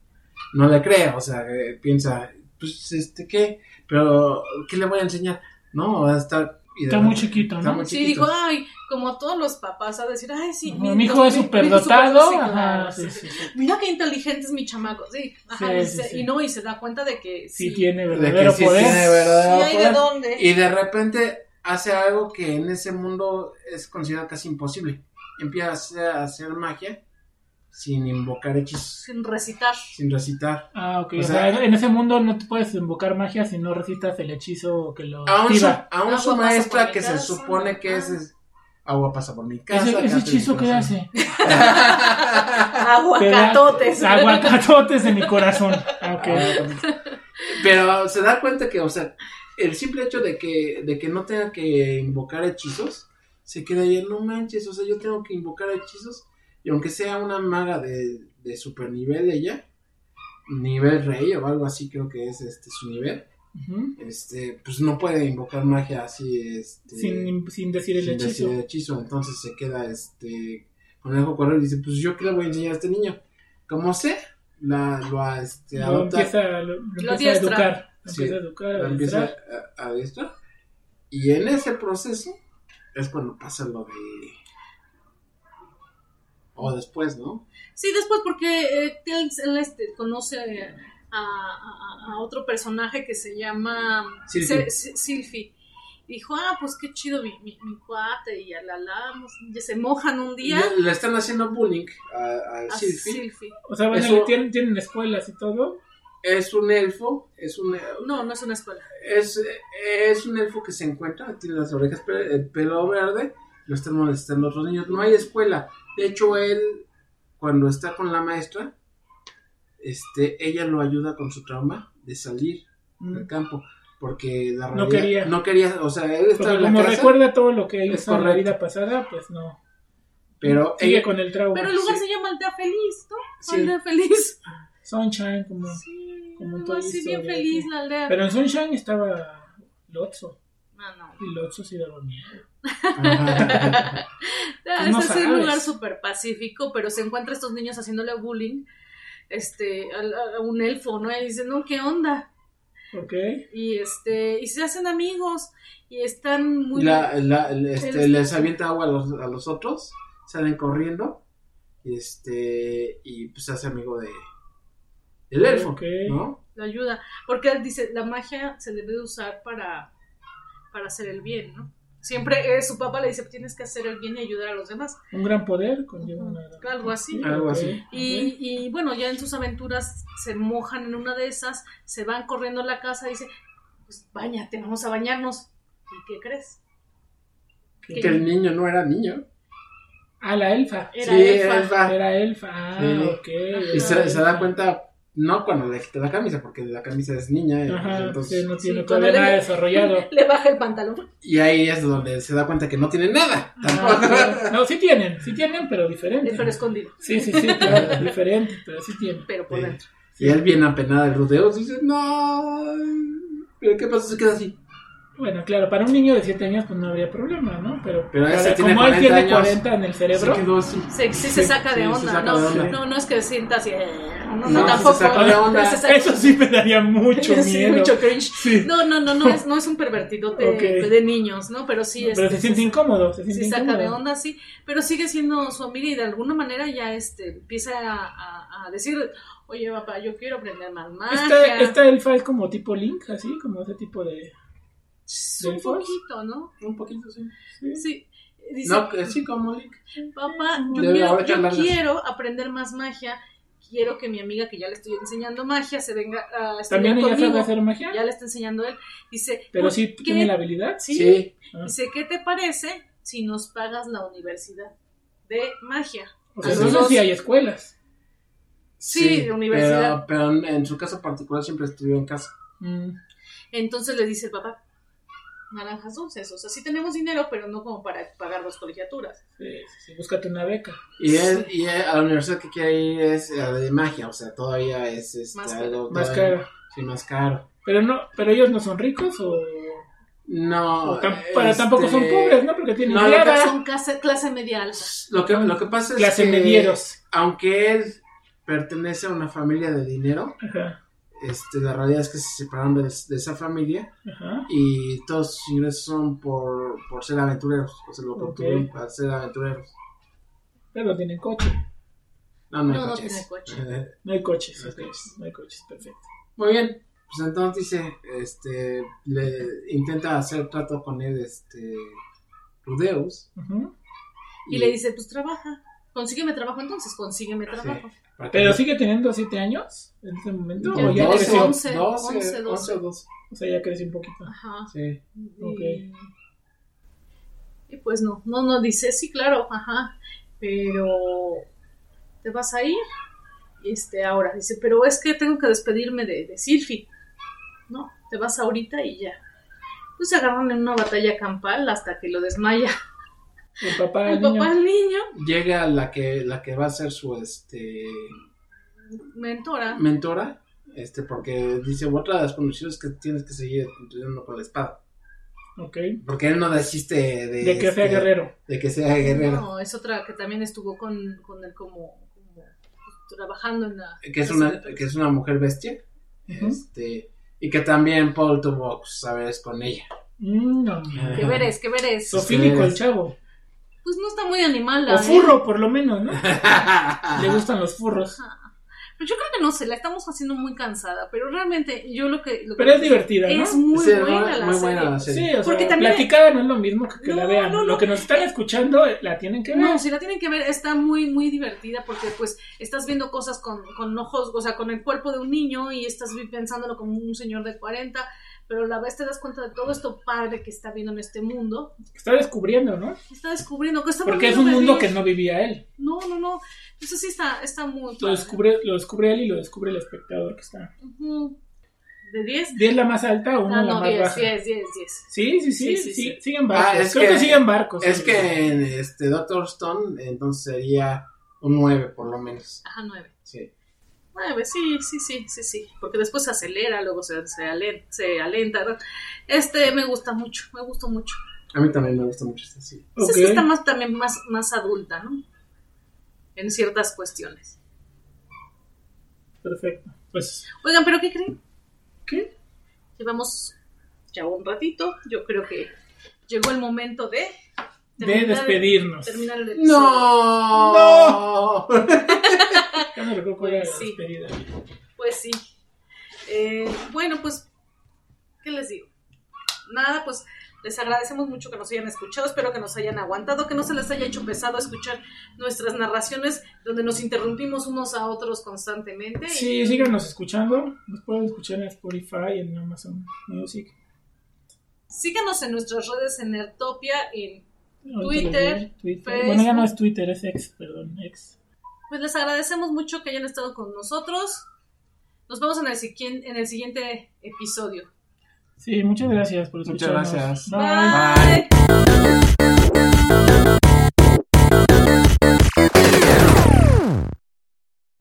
S3: no le cree, o sea, eh, piensa, pues este, ¿qué? Pero, ¿qué le voy a enseñar? No, va a estar. y de
S2: Está muy
S3: repente-
S2: chiquito,
S3: está
S2: ¿no?
S3: muy
S1: Sí,
S3: chiquito.
S1: dijo, ay, como a todos los papás, a decir, ay, sí.
S2: Ujú, Mi hijo es
S1: mi- mi-
S2: superdotado.
S1: sí, claro,
S2: Ajá,
S1: sí,
S2: sí, sí, sí.
S1: Mira qué inteligente es mi chamaco, sí. Ajá,
S2: Sí,
S1: y,
S2: sí,
S1: se-
S2: sí.
S1: y no, y se da cuenta de que
S2: Sí
S1: sí.
S2: tiene
S3: De que
S2: verdadero
S3: sí
S2: poder.
S3: tiene
S1: Sí
S3: verdadero
S1: hay de
S3: poder.
S1: dónde.
S3: Y de repente hace algo que en ese mundo es considerado casi imposible. Empieza a hacer magia sin invocar hechizos,
S1: Sin recitar.
S3: sin recitar.
S2: Ah, ok.
S3: O
S2: O, sea,
S3: sea-
S2: en ese mundo no te puedes invocar magia si no recitas el hechizo que lo
S3: Aún su,
S2: activa.
S3: aún
S1: Agua
S3: su
S1: pasa por
S3: maestra
S1: mi
S3: que se
S1: casa. Ah.
S3: supone que es, es- agua pasa por mi casa.
S2: Ese, ese
S3: gato en
S2: hechizo
S3: mi
S2: que
S3: corazón.
S2: hace. Te da
S1: Aguacatotes.
S2: Aguacatotes en mi corazón. Ah, ok.
S3: Ah, Pero se da cuenta que, o sea, el simple hecho de que, de que no tenga que invocar hechizos, se queda ahí, no manches, o sea, yo tengo que invocar hechizos, y aunque sea una maga de, de super nivel ella, nivel rey o algo así creo que es este su nivel,
S2: Ujú.
S3: este, pues no puede invocar magia así, este,
S2: sin, sin decir el
S3: sin
S2: hechizo.
S3: decir hechizo, entonces se queda, este, con el ojo correr y dice, pues yo qué le voy a enseñar a este niño, como sé, la, lo, a- este,
S2: Lo
S3: adopta
S2: empieza, lo, lo empieza a
S1: diestra.
S2: educar. Lo
S3: Sí.
S2: Empieza a educar.
S3: la
S2: a
S3: empieza
S2: adiestrar.
S3: a, a adiestrar. Y en ese proceso es cuando pasa lo de. O después, ¿no?
S1: Sí, después porque eh, él, él, este, conoce a, a- a otro personaje que se llama
S3: Silphy.
S1: Se- Si- Silphy. Dijo, ah, pues qué chido mi, mi, mi cuate y alalamos. Y Ah, se mojan un día
S3: Le, le están haciendo bullying a- al
S1: a
S3: Silphy.
S1: Silphy.
S2: O sea, bueno,
S3: Eso-
S2: tienen, tienen escuelas y todo.
S3: Es un elfo, es un,
S1: No, no es una escuela.
S3: es, es un elfo que se encuentra, tiene las orejas, pe- el pelo verde, lo están molestando otros niños. No hay escuela. De hecho, él, cuando está con la maestra, este, ella lo ayuda con su trauma de salir.
S2: Mm.
S3: al campo porque la
S2: No
S3: realidad-
S2: quería.
S3: no quería o sea él está
S2: Porque
S3: en la
S2: como
S3: casa
S2: recuerda todo lo que
S3: Es
S2: hizo en la
S3: correcto.
S2: vida pasada, pues no.
S3: pero
S2: Sigue
S3: ella-
S2: con el trauma.
S1: Pero el lugar
S3: sí.
S1: se llama Aldea Feliz, ¿no?
S3: sí,
S1: Aldea Feliz.
S2: Sunshine, como.
S1: Sí,
S2: Como
S1: algo
S2: Toy
S1: así bien
S2: Story,
S1: feliz
S2: sí.
S1: la aldea.
S2: Pero en Sunshine estaba Lotso.
S1: No, no.
S2: Y Lotso sí daba miedo.
S3: Ajá.
S1: Ah,
S2: Pues no
S1: es así un
S2: sabes.
S1: lugar súper pacífico, pero se encuentra estos niños haciéndole bullying este, a, a un elfo, ¿no? Y dicen, no, ¿qué onda?
S2: ¿Ok?
S1: Y, este, y se hacen amigos y están muy...
S3: La- la- el- este,
S1: El-
S3: les avienta agua a los, a los otros salen corriendo y este y pues se hace amigo de el elfo
S2: Ok.
S3: no
S1: la ayuda. Porque él dice, la magia se debe de usar para, para hacer el bien, ¿no? Siempre eh, su papá le dice, tienes que hacer el bien y ayudar a los demás.
S2: Un gran poder conlleva una.
S1: Algo así.
S3: Algo así.
S1: Y, y, bueno, ya en sus aventuras se mojan en una de esas, se van corriendo a la casa y dice, pues bañate, vamos a bañarnos. ¿Y qué crees?
S2: Que-
S3: que el niño no era niño
S2: Ah, la elfa.
S1: Era
S3: sí
S1: elfa.
S3: elfa.
S2: Era elfa. Ah,
S3: Sí.
S2: ok.
S3: y
S1: Ajá.
S3: se, se da cuenta no cuando le quita la camisa porque la camisa es niña y,
S2: Ajá,
S3: entonces-
S2: sí, no tiene
S1: Sí,
S2: todavía
S1: cuando
S2: nada
S1: le-
S2: desarrollado.
S1: Le baja el pantalón.
S3: y ahí es donde se da cuenta que no tiene nada
S2: Ah,
S3: tampoco
S2: ok. no, sí tienen, sí tienen, pero diferente.
S1: Pero escondido.
S2: Sí, sí, sí, claro, diferente, pero sí tienen.
S1: Pero por
S3: Sí.
S1: dentro.
S3: Y él bien apenado de los dedos dice, no. Pero ¿qué pasa? Se queda así.
S2: Bueno, claro, para un niño de 7 años pues no habría problema, ¿no? Pero,
S3: Pero ese
S2: ahora,
S3: tiene
S2: como él
S3: 40
S2: tiene
S3: años,
S2: 40 en el
S3: Se
S2: cerebro,
S3: quedó así.
S1: Se, sí, se
S2: Sí,
S1: saca de
S3: sí, se
S1: onda,
S3: saca
S1: ¿no?
S3: de onda.
S1: No, no es que sientas y... eh, No, no,
S3: No, se
S1: tampoco.
S3: saca de onda.
S1: pero se saca-
S2: eso sí me daría mucho
S1: Sí,
S2: miedo.
S1: mucho cringe.
S2: Sí.
S1: No, no, no, no es, no es un pervertidote
S2: Ok.
S1: de niños, ¿no? Pero sí
S2: Pero
S1: este,
S2: se siente incómodo, se siente
S1: se saca de
S2: incómodo.
S1: onda, sí, pero sigue siendo su amiga y de alguna manera ya este empieza a, a- a decir, oye papá, yo quiero aprender más magia.
S2: Esta, esta elfa es como tipo Link, así, como ese tipo de...
S1: Sí, un
S2: ¿Del Fox?
S1: poquito, ¿no?
S3: Un poquito, sí.
S1: Sí. Dice,
S3: No, que sí, como Link.
S1: papá, yo,
S3: Debe
S1: quiero,
S3: haber
S1: yo
S3: charlas.
S1: quiero aprender más magia, quiero que mi amiga que ya le estoy enseñando magia se venga a estudiar
S2: También ella sabe
S1: conmigo.
S2: hacer magia,
S1: Ya le está enseñando él. Dice,
S2: pero
S1: "¿Por
S2: sí
S1: qué
S2: tiene la habilidad.
S1: Sí.
S3: Sí.
S2: Ah.
S1: Dice, ¿qué te parece si nos pagas la universidad de magia?
S2: O sea,
S3: A
S2: no
S3: los
S2: sé
S1: dos.
S2: si hay escuelas.
S1: Sí, de universidad.
S3: Pero, pero en su caso particular siempre estudió en casa.
S2: Mm,
S1: Entonces le dice el papá, naranjas dulces, o sea, sí tenemos dinero, pero no como para pagar las colegiaturas.
S2: sí, sí, sí, búscate una beca.
S3: Y, es, y es- a la universidad que quiere ir es eh, de magia, o sea, todavía es este,
S1: Más caro.
S3: algo
S2: Más
S3: todavía-
S2: cara.
S3: Sí, más caro.
S2: Pero no, pero ellos no son ricos o...
S3: No.
S2: o tam- para, tampoco son
S3: este,
S2: pobres, ¿no? Porque tienen
S3: no,
S2: lana.
S3: lo que
S1: Son clase, clase media alta.
S3: Lo que, lo que pasa es
S2: clase
S3: que
S2: medieros.
S3: aunque él pertenece a una familia de dinero,
S2: Ajá,
S3: este, la realidad es que se separaron de, de esa familia
S2: ajá.
S3: y todos sus ingresos son por, por ser aventureros, o sea, lo que
S2: Ok.
S3: obtuvieron para ser aventureros.
S2: Pero tienen coche.
S3: No, no, hay
S1: No, no
S3: coches.
S1: tiene coche.
S3: Ajá.
S2: No hay coches,
S3: No hay
S2: ok,
S3: coches.
S2: No hay coches, perfecto.
S3: Muy bien. Pues entonces dice, este, le intenta hacer trato con él, este, Rudeus.
S2: Ujú.
S1: Y le dice, pues trabaja. Consígueme trabajo entonces, consígueme trabajo.
S3: para que-
S2: Pero sigue teniendo 7 años en este momento.
S1: Ya
S2: o ya
S1: tiene
S2: creció.
S1: 11.
S3: 12,
S1: 11, 12.
S3: 11, 12.
S2: O sea, ya creció un poquito.
S1: Ajá.
S3: Sí.
S1: Y-
S2: Ok.
S1: Y pues no, no, no dice, sí, claro, ajá, pero te vas a ir. Este, ahora dice, pero es que tengo que despedirme de, de Silfi. No, te vas ahorita y ya. Pues se agarran en una batalla campal hasta que lo desmaya
S2: El papá,
S1: el
S2: el niño.
S1: papá al niño,
S3: Llega la que, la que va a ser su, este,
S1: mentora.
S3: mentora, este, porque dice otra de las condiciones es que tienes que seguir construyendo con la espada.
S2: Ok.
S3: Porque él no desiste de,
S2: De que sea
S3: este,
S2: guerrero.
S3: De que sea guerrero.
S1: No, es otra que también estuvo con, con él como, como pues, trabajando en la...
S3: Que es una, que es una mujer bestia.
S2: Ujú.
S3: Este. Y que también Paul tuvo sus saberes con ella.
S2: Mm, no.
S1: Que veres, que
S3: Este
S1: veres.
S2: Sofílico el
S3: Ustedes.
S2: chavo.
S1: Pues no está muy animal la...
S2: O furro, por lo menos, ¿no? Le
S3: Le
S2: gustan los furros.
S1: Pero yo creo que no sé, la estamos haciendo muy cansada, pero realmente yo lo que... lo que-
S2: Pero es divertida, ¿no?
S1: Es muy
S3: Sí, ¿no?
S1: buena la
S3: Muy
S1: serie.
S3: buena la
S2: Sí,
S3: serie.
S2: o sea,
S1: Porque también-
S2: platicada no es lo mismo que, que la
S1: No,
S2: vean.
S1: no, no.
S2: Lo que nos están escuchando eh, la tienen que ver.
S1: No, si la tienen que ver, está muy, muy divertida porque pues estás viendo cosas con, con ojos, o sea, con el cuerpo de un niño y estás vi- pensándolo como un señor de 40, pero a la vez te das cuenta de todo esto padre que está viendo en este mundo.
S2: Está descubriendo, ¿no?
S1: Está descubriendo que está
S2: Porque es un
S1: volviendo a
S2: mundo que
S1: vivir.
S2: no vivía él.
S1: No, no, no. Eso sí está, está muy
S2: Lo
S1: padre.
S2: descubre, lo descubre él y lo descubre el espectador que está.
S1: Ujú. ¿De 10?
S2: 10 la más alta, uno
S1: Ah,
S2: la
S1: no,
S2: más
S1: 10,
S2: baja.
S1: 10, 10, 10.
S2: Sí, sí, sí,
S1: Sí, sí,
S2: sí,
S1: sí.
S2: siguen barcos.
S3: Ah, es
S2: Creo que,
S3: que-
S2: siguen barcos.
S3: Es
S2: sí.
S3: que en este Doctor Stone, entonces sería un 9 por lo menos.
S1: Ajá, 9.
S3: Sí.
S1: 9, sí, sí, sí, sí, sí. Porque después se acelera, luego se, se, alen- se alenta. ¿no? Este me gusta mucho, me gustó mucho.
S3: A mí también me gusta mucho esta serie.
S1: Pues
S2: Ok.
S1: Es que está más, también más, más adulta, ¿no? En ciertas cuestiones.
S2: Perfecto. Pues,
S1: Oigan, ¿pero qué creen?
S2: ¿qué?
S1: Llevamos ya un ratito. Yo creo que llegó el momento de...
S2: De despedirnos.
S1: Terminar el episodio.
S3: ¡No! ¡No!
S2: Ya me recuerdo cuál era la
S1: Sí.
S2: despedida.
S1: Pues sí. Eh, bueno, pues, ¿qué les digo? Nada, pues les agradecemos mucho que nos hayan escuchado, espero que nos hayan aguantado, que no se les haya hecho pesado escuchar nuestras narraciones donde nos interrumpimos unos a otros constantemente.
S2: Sí, síganos escuchando. Nos pueden escuchar en Spotify, en Amazon Music.
S1: Síganos en nuestras redes en Nertopia, en...
S2: Ahorita
S1: Twitter,
S2: les digo, Twitter. Bueno, ya no es Twitter, es ex, perdón, ex.
S1: Pues les agradecemos mucho que hayan estado con nosotros. Nos vemos en el, siguien- en el siguiente episodio.
S2: Sí, muchas gracias por
S3: Muchas
S2: escucharnos.
S3: gracias.
S1: Bye.